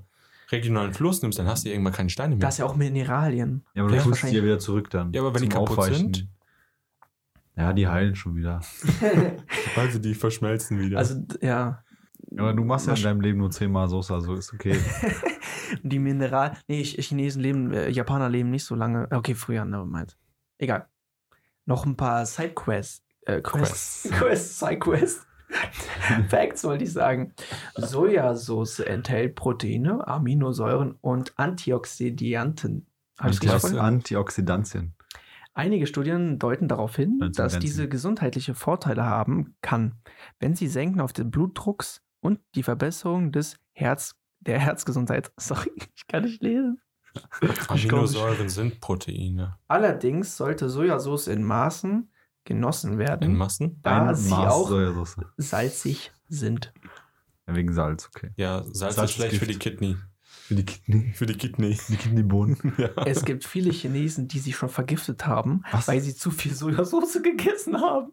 Speaker 3: regionalen Fluss nimmst, dann hast du irgendwann keine Steine mehr.
Speaker 2: Da ist ja auch Mineralien.
Speaker 1: Ja, aber du
Speaker 2: Ja,
Speaker 1: tust die
Speaker 2: wahrscheinlich.
Speaker 1: ja wieder zurück dann.
Speaker 3: Ja, aber wenn die
Speaker 1: zum
Speaker 3: kaputt sind?
Speaker 1: Ja, die heilen schon wieder.
Speaker 3: also die verschmelzen wieder.
Speaker 2: Also, d- ja.
Speaker 1: Aber du machst ja in
Speaker 2: Wasch-
Speaker 1: deinem Leben nur zehnmal Soße, also ist okay.
Speaker 2: Die Mineral. Nee, Ch- Chinesen leben, äh, Japaner leben nicht so lange. Äh, Okay, früher, nevermind. Egal. Noch ein paar Sidequests. Äh, Quests. Quests, Sidequests. Facts wollte ich sagen. Sojasauce enthält Proteine, Aminosäuren und Antioxidanten. Hab ich's richtig
Speaker 1: Antiox-
Speaker 2: vorgelesen?
Speaker 1: Antioxidantien.
Speaker 2: Einige Studien deuten darauf hin,
Speaker 1: Dann zum
Speaker 2: dass
Speaker 1: Ganzen.
Speaker 2: diese gesundheitliche Vorteile haben kann, wenn sie Senken auf den Blutdrucks und die Verbesserung des Herz, der Herzgesundheit. Sorry, ich kann nicht lesen.
Speaker 3: Aminosäuren sind Proteine.
Speaker 2: Allerdings sollte Sojasauce in Maßen genossen
Speaker 3: In
Speaker 2: werden,
Speaker 3: Massen?
Speaker 2: da
Speaker 1: Ein
Speaker 2: sie
Speaker 1: Maß
Speaker 2: auch
Speaker 1: Sojasauce.
Speaker 2: salzig sind.
Speaker 1: Ja, wegen Salz, okay.
Speaker 3: Ja,
Speaker 1: Salz
Speaker 3: Salz, ist
Speaker 1: ist
Speaker 3: schlecht für die
Speaker 1: Gift.
Speaker 3: Kidney.
Speaker 1: Für die Kidney.
Speaker 3: Für die Kidney.
Speaker 1: Die Kidneybohnen.
Speaker 3: Ja.
Speaker 2: Es gibt viele Chinesen, die sich schon vergiftet haben,
Speaker 1: Was?
Speaker 2: weil sie zu viel Sojasauce gegessen haben.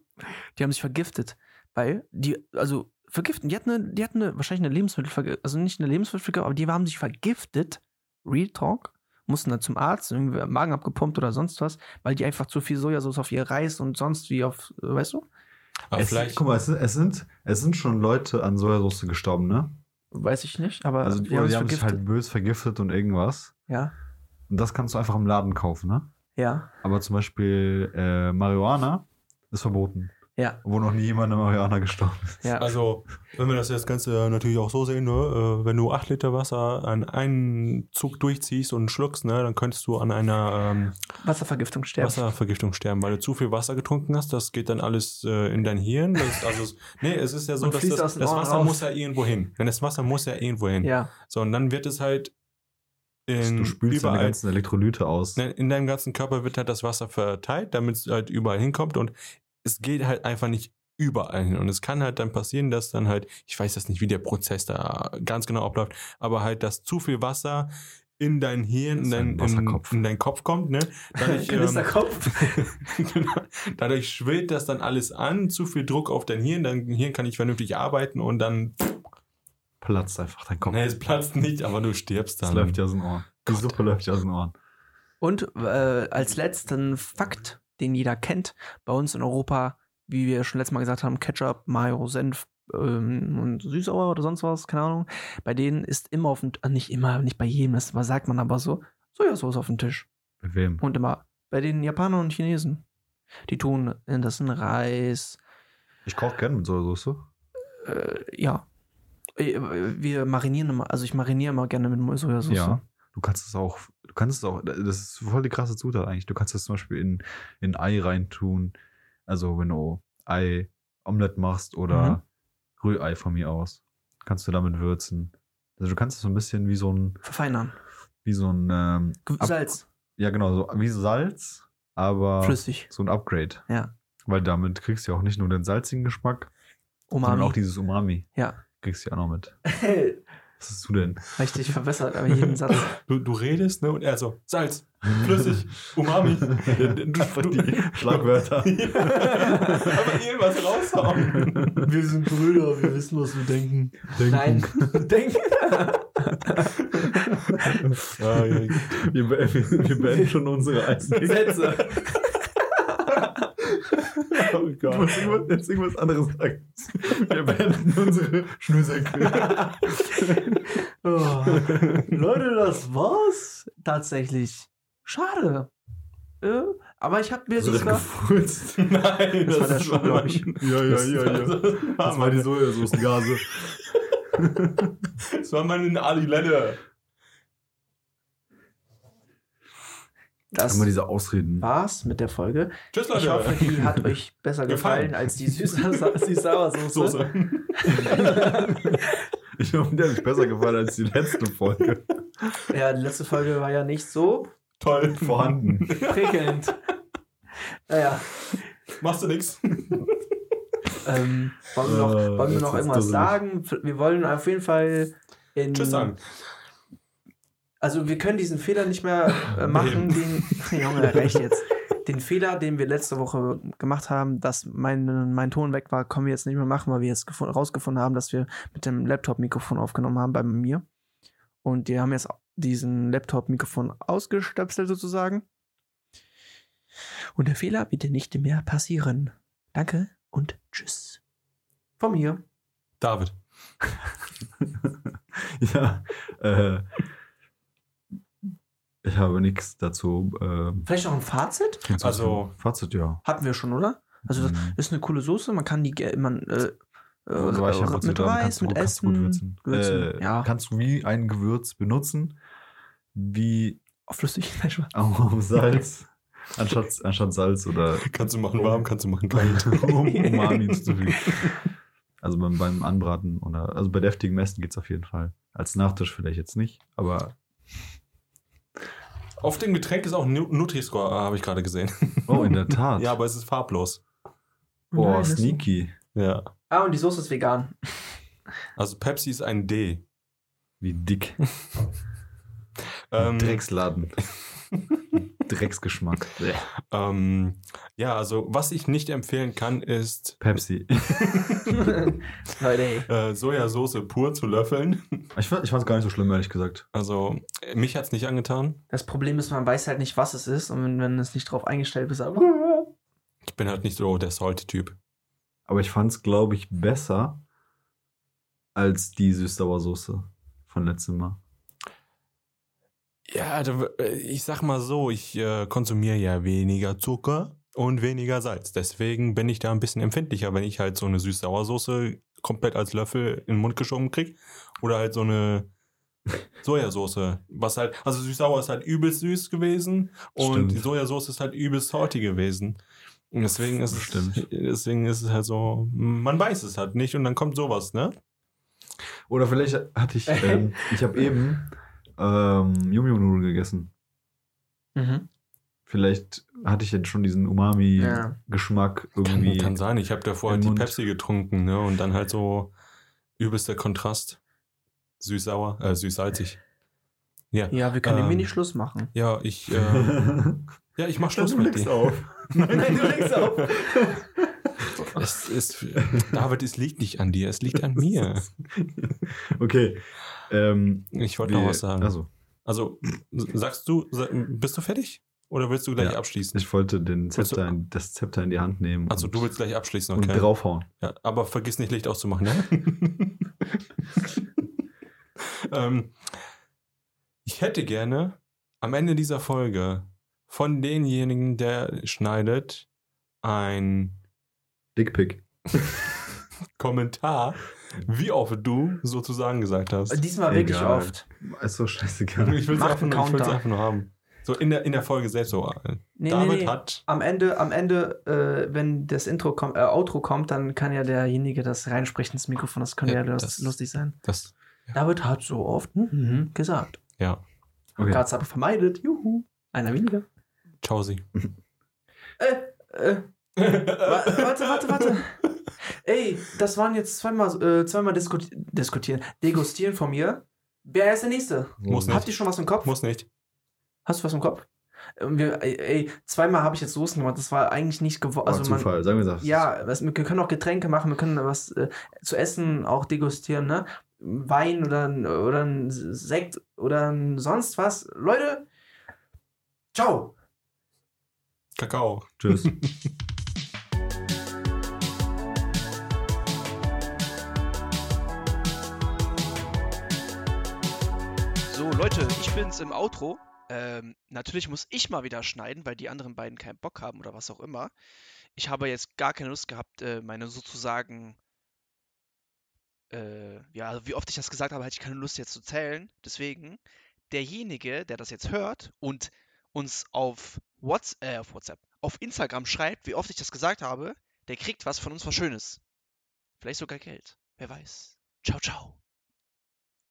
Speaker 2: Die haben sich vergiftet. Weil die, also vergiften, die hatten, eine, die hatten eine, wahrscheinlich eine Lebensmittelvergiftung, also nicht eine Lebensmittelvergiftung, aber die haben sich vergiftet, Real Talk, mussten dann zum Arzt, irgendwie Magen abgepumpt oder sonst was, weil die einfach zu viel Sojasauce auf ihr Reis und sonst wie auf, äh, weißt du?
Speaker 3: Aber
Speaker 1: es,
Speaker 3: vielleicht,
Speaker 1: Guck mal, es, sind- es, sind, es sind schon Leute an Sojasauce gestorben, ne?
Speaker 2: Weiß ich nicht, aber
Speaker 1: Also die, die haben, sich halt bös vergiftet und irgendwas.
Speaker 2: ja,
Speaker 1: Und das kannst du einfach im Laden kaufen, ne?
Speaker 2: ja,
Speaker 1: Aber zum Beispiel äh, Marihuana ist verboten.
Speaker 2: ja,
Speaker 1: Obwohl noch nie jemand an Marihuana gestorben ist.
Speaker 2: ja.
Speaker 3: also, wenn wir das jetzt Ganze natürlich auch so sehen, ne, äh, wenn du 8 Liter Wasser an einen Zug durchziehst und schluckst, ne, dann könntest du an einer ähm,
Speaker 2: Wasservergiftung sterben.
Speaker 3: Wasservergiftung sterben, weil du zu viel Wasser getrunken hast. Das geht dann alles äh, in dein Hirn. Das, ist also, es- nee, es ist ja so,
Speaker 2: Und
Speaker 3: dass
Speaker 2: fließt
Speaker 3: das,
Speaker 2: aus den
Speaker 3: das
Speaker 2: Ohren
Speaker 3: Wasser
Speaker 2: raus.
Speaker 3: muss ja irgendwo hin. Denn das Wasser muss ja irgendwo hin.
Speaker 2: Ja,
Speaker 3: So, und dann wird es halt in,
Speaker 1: Du spülst deine
Speaker 3: überall
Speaker 1: ganzen Elektrolyte aus.
Speaker 3: Ne, In deinem ganzen Körper wird halt das Wasser verteilt, damit es halt überall hinkommt und es geht halt einfach nicht überall hin. Und es kann halt dann passieren, dass dann halt, ich weiß jetzt nicht, wie der Prozess da ganz genau abläuft, aber halt, dass zu viel Wasser in dein Hirn, in,
Speaker 1: Ist
Speaker 3: dein,
Speaker 1: ein
Speaker 3: in,
Speaker 1: Wasserkopf.
Speaker 3: in deinen Kopf kommt, ne? Dadurch, ähm,
Speaker 2: Kanisterkopf.
Speaker 3: genau. dadurch schwillt das dann alles an, zu viel Druck auf dein Hirn, dein Hirn kann nicht vernünftig arbeiten und dann,
Speaker 1: Platzt einfach dein Kopf.
Speaker 3: ne, es platzt nicht, aber du stirbst
Speaker 1: das
Speaker 3: dann.
Speaker 1: läuft ja aus den Ohren. Die
Speaker 3: Gott.
Speaker 1: Suppe läuft ja aus den Ohren.
Speaker 2: Und äh, als letzten Fakt, den jeder kennt, bei uns in Europa, wie wir schon letztes Mal gesagt haben, Ketchup, Mayo, Senf ähm, und Süßsauer oder sonst was, keine Ahnung. Bei denen ist immer auf dem, äh, nicht immer, nicht bei jedem, das was sagt man aber so, Sojasauce auf dem Tisch.
Speaker 1: Bei wem?
Speaker 2: Und immer bei den Japanern und Chinesen. Die tun in das in Reis,
Speaker 1: Ich koche gerne mit Sojasauce.
Speaker 2: äh, ja. Äh, Wir marinieren immer, also ich mariniere immer gerne mit Sojasauce.
Speaker 1: Ja. Du kannst es auch, du kannst es auch, das ist voll die krasse Zutat eigentlich. Du kannst das zum Beispiel in, in Ei reintun. Also wenn du Ei Omelette machst oder
Speaker 2: Mhm.
Speaker 1: Rührei von mir aus. Kannst du damit würzen. Also du kannst es so ein bisschen wie so ein,
Speaker 2: Verfeinern.
Speaker 1: wie so ein, ähm,
Speaker 2: Ge-
Speaker 1: Ab-
Speaker 2: Salz,
Speaker 1: ja genau, so wie Salz, aber
Speaker 2: flüssig.
Speaker 1: so ein Upgrade.
Speaker 2: Ja.
Speaker 1: Weil damit kriegst du ja auch nicht nur den salzigen Geschmack, sondern auch
Speaker 2: Umami.
Speaker 1: dieses Umami.
Speaker 2: Ja.
Speaker 1: Kriegst du ja auch noch mit. Was hast du denn?
Speaker 2: Richtig verbessert, aber jeden Satz.
Speaker 3: Du, du redest, ne? Und er so, Salz, flüssig, Umami. Ja, du-
Speaker 1: Einfach
Speaker 3: du-
Speaker 1: die Schlagwörter.
Speaker 3: Aber irgendwas raushauen.
Speaker 2: Wir sind Brüder, wir wissen, was wir denken. Nein, denken.
Speaker 3: Ah, ja.
Speaker 1: Wir, be wir beenden schon unsere Eisen.
Speaker 2: Sätze.
Speaker 3: Oh
Speaker 1: Du
Speaker 3: Gott.
Speaker 1: musst irgendwas- jetzt irgendwas anderes sagen. Wir beenden unsere Schnürsäcke.
Speaker 2: Oh. Leute, das war's. Tatsächlich. Schade. Äh, aber ich habe mir
Speaker 1: Also das
Speaker 2: diesmal.
Speaker 1: gefurzt.
Speaker 3: Nein,
Speaker 2: Das war der Schuh, glaub ich.
Speaker 1: Ja, ja, ja, ja. Das war die Sojasoßengase.
Speaker 3: Das war meine Ali Lelle.
Speaker 2: Das
Speaker 1: Immer diese Ausreden.
Speaker 2: war's mit der Folge.
Speaker 3: Tschüss, Leute.
Speaker 2: Ich hoffe, die hat euch besser gefallen,
Speaker 3: Gefallen.
Speaker 2: als die süße die Sauersoße.
Speaker 3: Soße.
Speaker 1: Ich hoffe, der hat mich besser gefallen als die letzte Folge.
Speaker 2: Ja, die letzte Folge war ja nicht so
Speaker 3: Toll.
Speaker 1: Vorhanden.
Speaker 2: prickelnd. naja.
Speaker 3: Machst du nix?
Speaker 2: Ähm, wollen wir noch,
Speaker 1: Äh,
Speaker 2: wollen wir
Speaker 1: jetzt
Speaker 2: noch
Speaker 1: wird's
Speaker 2: irgendwas
Speaker 1: dusselig.
Speaker 2: sagen? F- Wir wollen auf jeden Fall in.
Speaker 1: Mhm.
Speaker 3: Tschüss sagen.
Speaker 2: Also, wir können diesen Fehler nicht mehr äh, machen, den. Junge, recht jetzt. Den Fehler, den wir letzte Woche gemacht haben, dass mein, mein Ton weg war, können wir jetzt nicht mehr machen, weil wir jetzt gefu- rausgefunden haben, dass wir mit dem Laptop-Mikrofon aufgenommen haben bei mir. Und die haben jetzt diesen Laptop-Mikrofon ausgestöpselt sozusagen. Und der Fehler bitte nicht mehr passieren. Danke und tschüss. Von mir.
Speaker 3: David.
Speaker 1: ja, äh, ich habe nichts dazu. Äh,
Speaker 2: Vielleicht noch ein Fazit?
Speaker 3: Also-
Speaker 1: Fazit, ja.
Speaker 2: Hatten wir schon, oder? Also das
Speaker 1: Mhm.
Speaker 2: ist eine coole Soße, man kann die ge- man, äh, äh,
Speaker 1: Also weicher
Speaker 2: ra- mit
Speaker 1: Prozedere, kannst
Speaker 2: Reis,
Speaker 1: du
Speaker 2: mit
Speaker 1: gut- kannst du gut
Speaker 2: Essen,
Speaker 1: würzen.
Speaker 2: Gewürzen,
Speaker 1: Äh,
Speaker 2: ja.
Speaker 1: Kannst du wie ein Gewürz benutzen, wie
Speaker 2: Auf flüssig, nein, Spaß.
Speaker 1: am Salz, anstatt, anstatt Salz oder
Speaker 3: Kannst du machen warm, kannst du machen kalt.
Speaker 1: um Umami zuzufügen. Also beim, beim Anbraten oder also bei deftigen Messen geht es auf jeden Fall. Als Nachtisch vielleicht jetzt nicht, aber
Speaker 3: Auf dem Getränk ist auch Nu- Nutri-Score, äh, habe ich gerade gesehen.
Speaker 1: oh, in der Tat.
Speaker 3: Ja, aber es ist farblos.
Speaker 1: Boah,
Speaker 2: Nein, das-
Speaker 1: sneaky.
Speaker 3: Ja.
Speaker 2: Ah, und die Soße ist vegan.
Speaker 3: Also Pepsi ist ein D.
Speaker 1: Wie dick.
Speaker 3: Ähm,
Speaker 1: Drecksladen. Drecksgeschmack. Bleh.
Speaker 3: Ähm, ja, also was ich nicht empfehlen kann, ist
Speaker 1: Pepsi.
Speaker 2: Leute, ey.
Speaker 3: äh, Sojasauce pur zu löffeln.
Speaker 1: Ich fand es gar nicht so schlimm, ehrlich gesagt.
Speaker 3: Also äh, mich hat's nicht angetan.
Speaker 2: Das Problem ist, man weiß halt nicht, was es ist und wenn, wenn es nicht drauf eingestellt ist, aber
Speaker 3: Ich bin halt nicht so der Salty-Typ.
Speaker 1: Aber ich fand es, glaube ich, besser als die Süß-Sauersoße von letztem Mal.
Speaker 3: Ja, da, äh, ich sag mal so, ich äh, konsumiere ja weniger Zucker und weniger Salz. Deswegen bin ich da ein bisschen empfindlicher, wenn ich halt so eine Süß-Sauersoße komplett als Löffel in den Mund geschoben krieg. Oder halt so eine Sojasauce. Was halt, also Süß-Sauer ist halt übelst süß gewesen und
Speaker 1: Stimmt.
Speaker 3: die Sojasauce ist halt übelst salty gewesen. Und deswegen ist es,
Speaker 1: Stimmt.
Speaker 3: deswegen ist es halt so, man weiß es halt nicht und dann kommt sowas, ne?
Speaker 1: Oder vielleicht hatte ich, ähm, ich habe eben ähm, Yum-Yum-Nudeln gegessen.
Speaker 2: Mhm.
Speaker 1: Vielleicht hatte ich jetzt schon diesen Umami-Geschmack
Speaker 3: Kann,
Speaker 1: irgendwie.
Speaker 3: kann sein. Ich habe davor halt
Speaker 1: im
Speaker 3: die
Speaker 1: Mund.
Speaker 3: Pepsi getrunken, ne? Und dann halt so übelster Kontrast. Süß-sauer, äh, süß-salzig. Ja.
Speaker 2: Ja, wir können
Speaker 3: Ähm,
Speaker 2: den Mini Schluss machen.
Speaker 3: Ja, ich, äh, ja, ich mach Schluss mit dir.
Speaker 1: auf. Nein,
Speaker 2: du legst auf.
Speaker 3: Es ist, David, es liegt nicht an dir, es liegt an mir.
Speaker 1: okay. Ähm,
Speaker 3: Ich wollte noch
Speaker 1: wir-
Speaker 3: was sagen. Also,
Speaker 1: Also,
Speaker 3: sagst du, sa- bist du fertig? Oder willst du gleich
Speaker 1: Ja.
Speaker 3: abschließen?
Speaker 1: ich wollte den
Speaker 3: du-
Speaker 1: Zepter in, das Zepter in die Hand nehmen
Speaker 3: Also
Speaker 1: und,
Speaker 3: du willst gleich abschließen,
Speaker 1: und
Speaker 3: okay.
Speaker 1: draufhauen.
Speaker 3: Ja, aber vergiss nicht, Licht auszumachen, ne? ähm, ich hätte gerne am Ende dieser Folge von denjenigen, der schneidet, ein
Speaker 1: Dickpick.
Speaker 3: Kommentar, wie oft du sozusagen gesagt hast.
Speaker 2: Diesmal wirklich
Speaker 1: Egal.
Speaker 2: oft.
Speaker 1: Ist so scheißegal.
Speaker 3: Ich will es
Speaker 2: Mach
Speaker 3: einfach,
Speaker 2: einen
Speaker 3: nur- ich will's
Speaker 2: Counter.
Speaker 3: einfach nur haben. So in der, in der Folge selbst so. äh,
Speaker 2: Nee,
Speaker 3: David
Speaker 2: nee, nee.
Speaker 3: hat.
Speaker 2: Am Ende, am Ende äh, wenn das Intro kommt, äh, Outro kommt, dann kann ja derjenige das reinsprechen ins Mikrofon. Das könnte
Speaker 3: Ja,
Speaker 2: ja, lust-
Speaker 3: das-
Speaker 2: lustig sein.
Speaker 3: Das,
Speaker 2: David hat so oft mhm, gesagt.
Speaker 3: ja.
Speaker 1: Okay.
Speaker 2: Okay. Katz aber vermeidet. Juhu. Einer weniger.
Speaker 3: Ciao sie.
Speaker 2: Äh, wa- warte, warte, warte. Ey, das waren jetzt zweimal, äh, zweimal diskuti diskutieren, degustieren von mir. Wer ist der Nächste?
Speaker 3: Muss nicht.
Speaker 2: Habt ihr schon was im Kopf?
Speaker 3: Muss nicht.
Speaker 2: Hast du was im Kopf? Ähm, wir, ey, ey, zweimal habe ich jetzt Soßen gemacht. Das war eigentlich nicht gewollt.
Speaker 1: Also
Speaker 2: Also man,
Speaker 1: Zufall, sagen wir das.
Speaker 2: ja, was, wir können auch Getränke machen, wir können was äh, zu essen auch degustieren, ne? Wein oder, ein- oder ein Sekt oder ein sonst was. Leute, ciao!
Speaker 3: Kakao.
Speaker 1: Tschüss.
Speaker 4: So, Leute, ich bin's im Outro. Ähm, natürlich muss ich mal wieder schneiden, weil die anderen beiden keinen Bock haben oder was auch immer. Ich habe jetzt gar keine Lust gehabt, äh, meine sozusagen, äh, ja, also wie oft ich das gesagt habe, hatte ich keine Lust jetzt zu zählen. Deswegen, derjenige, der das jetzt hört und uns auf Whats äh, auf WhatsApp, auf Instagram schreibt, wie oft ich das gesagt habe, der kriegt was von uns was Schönes. Vielleicht sogar Geld. Wer weiß. Ciao, ciao.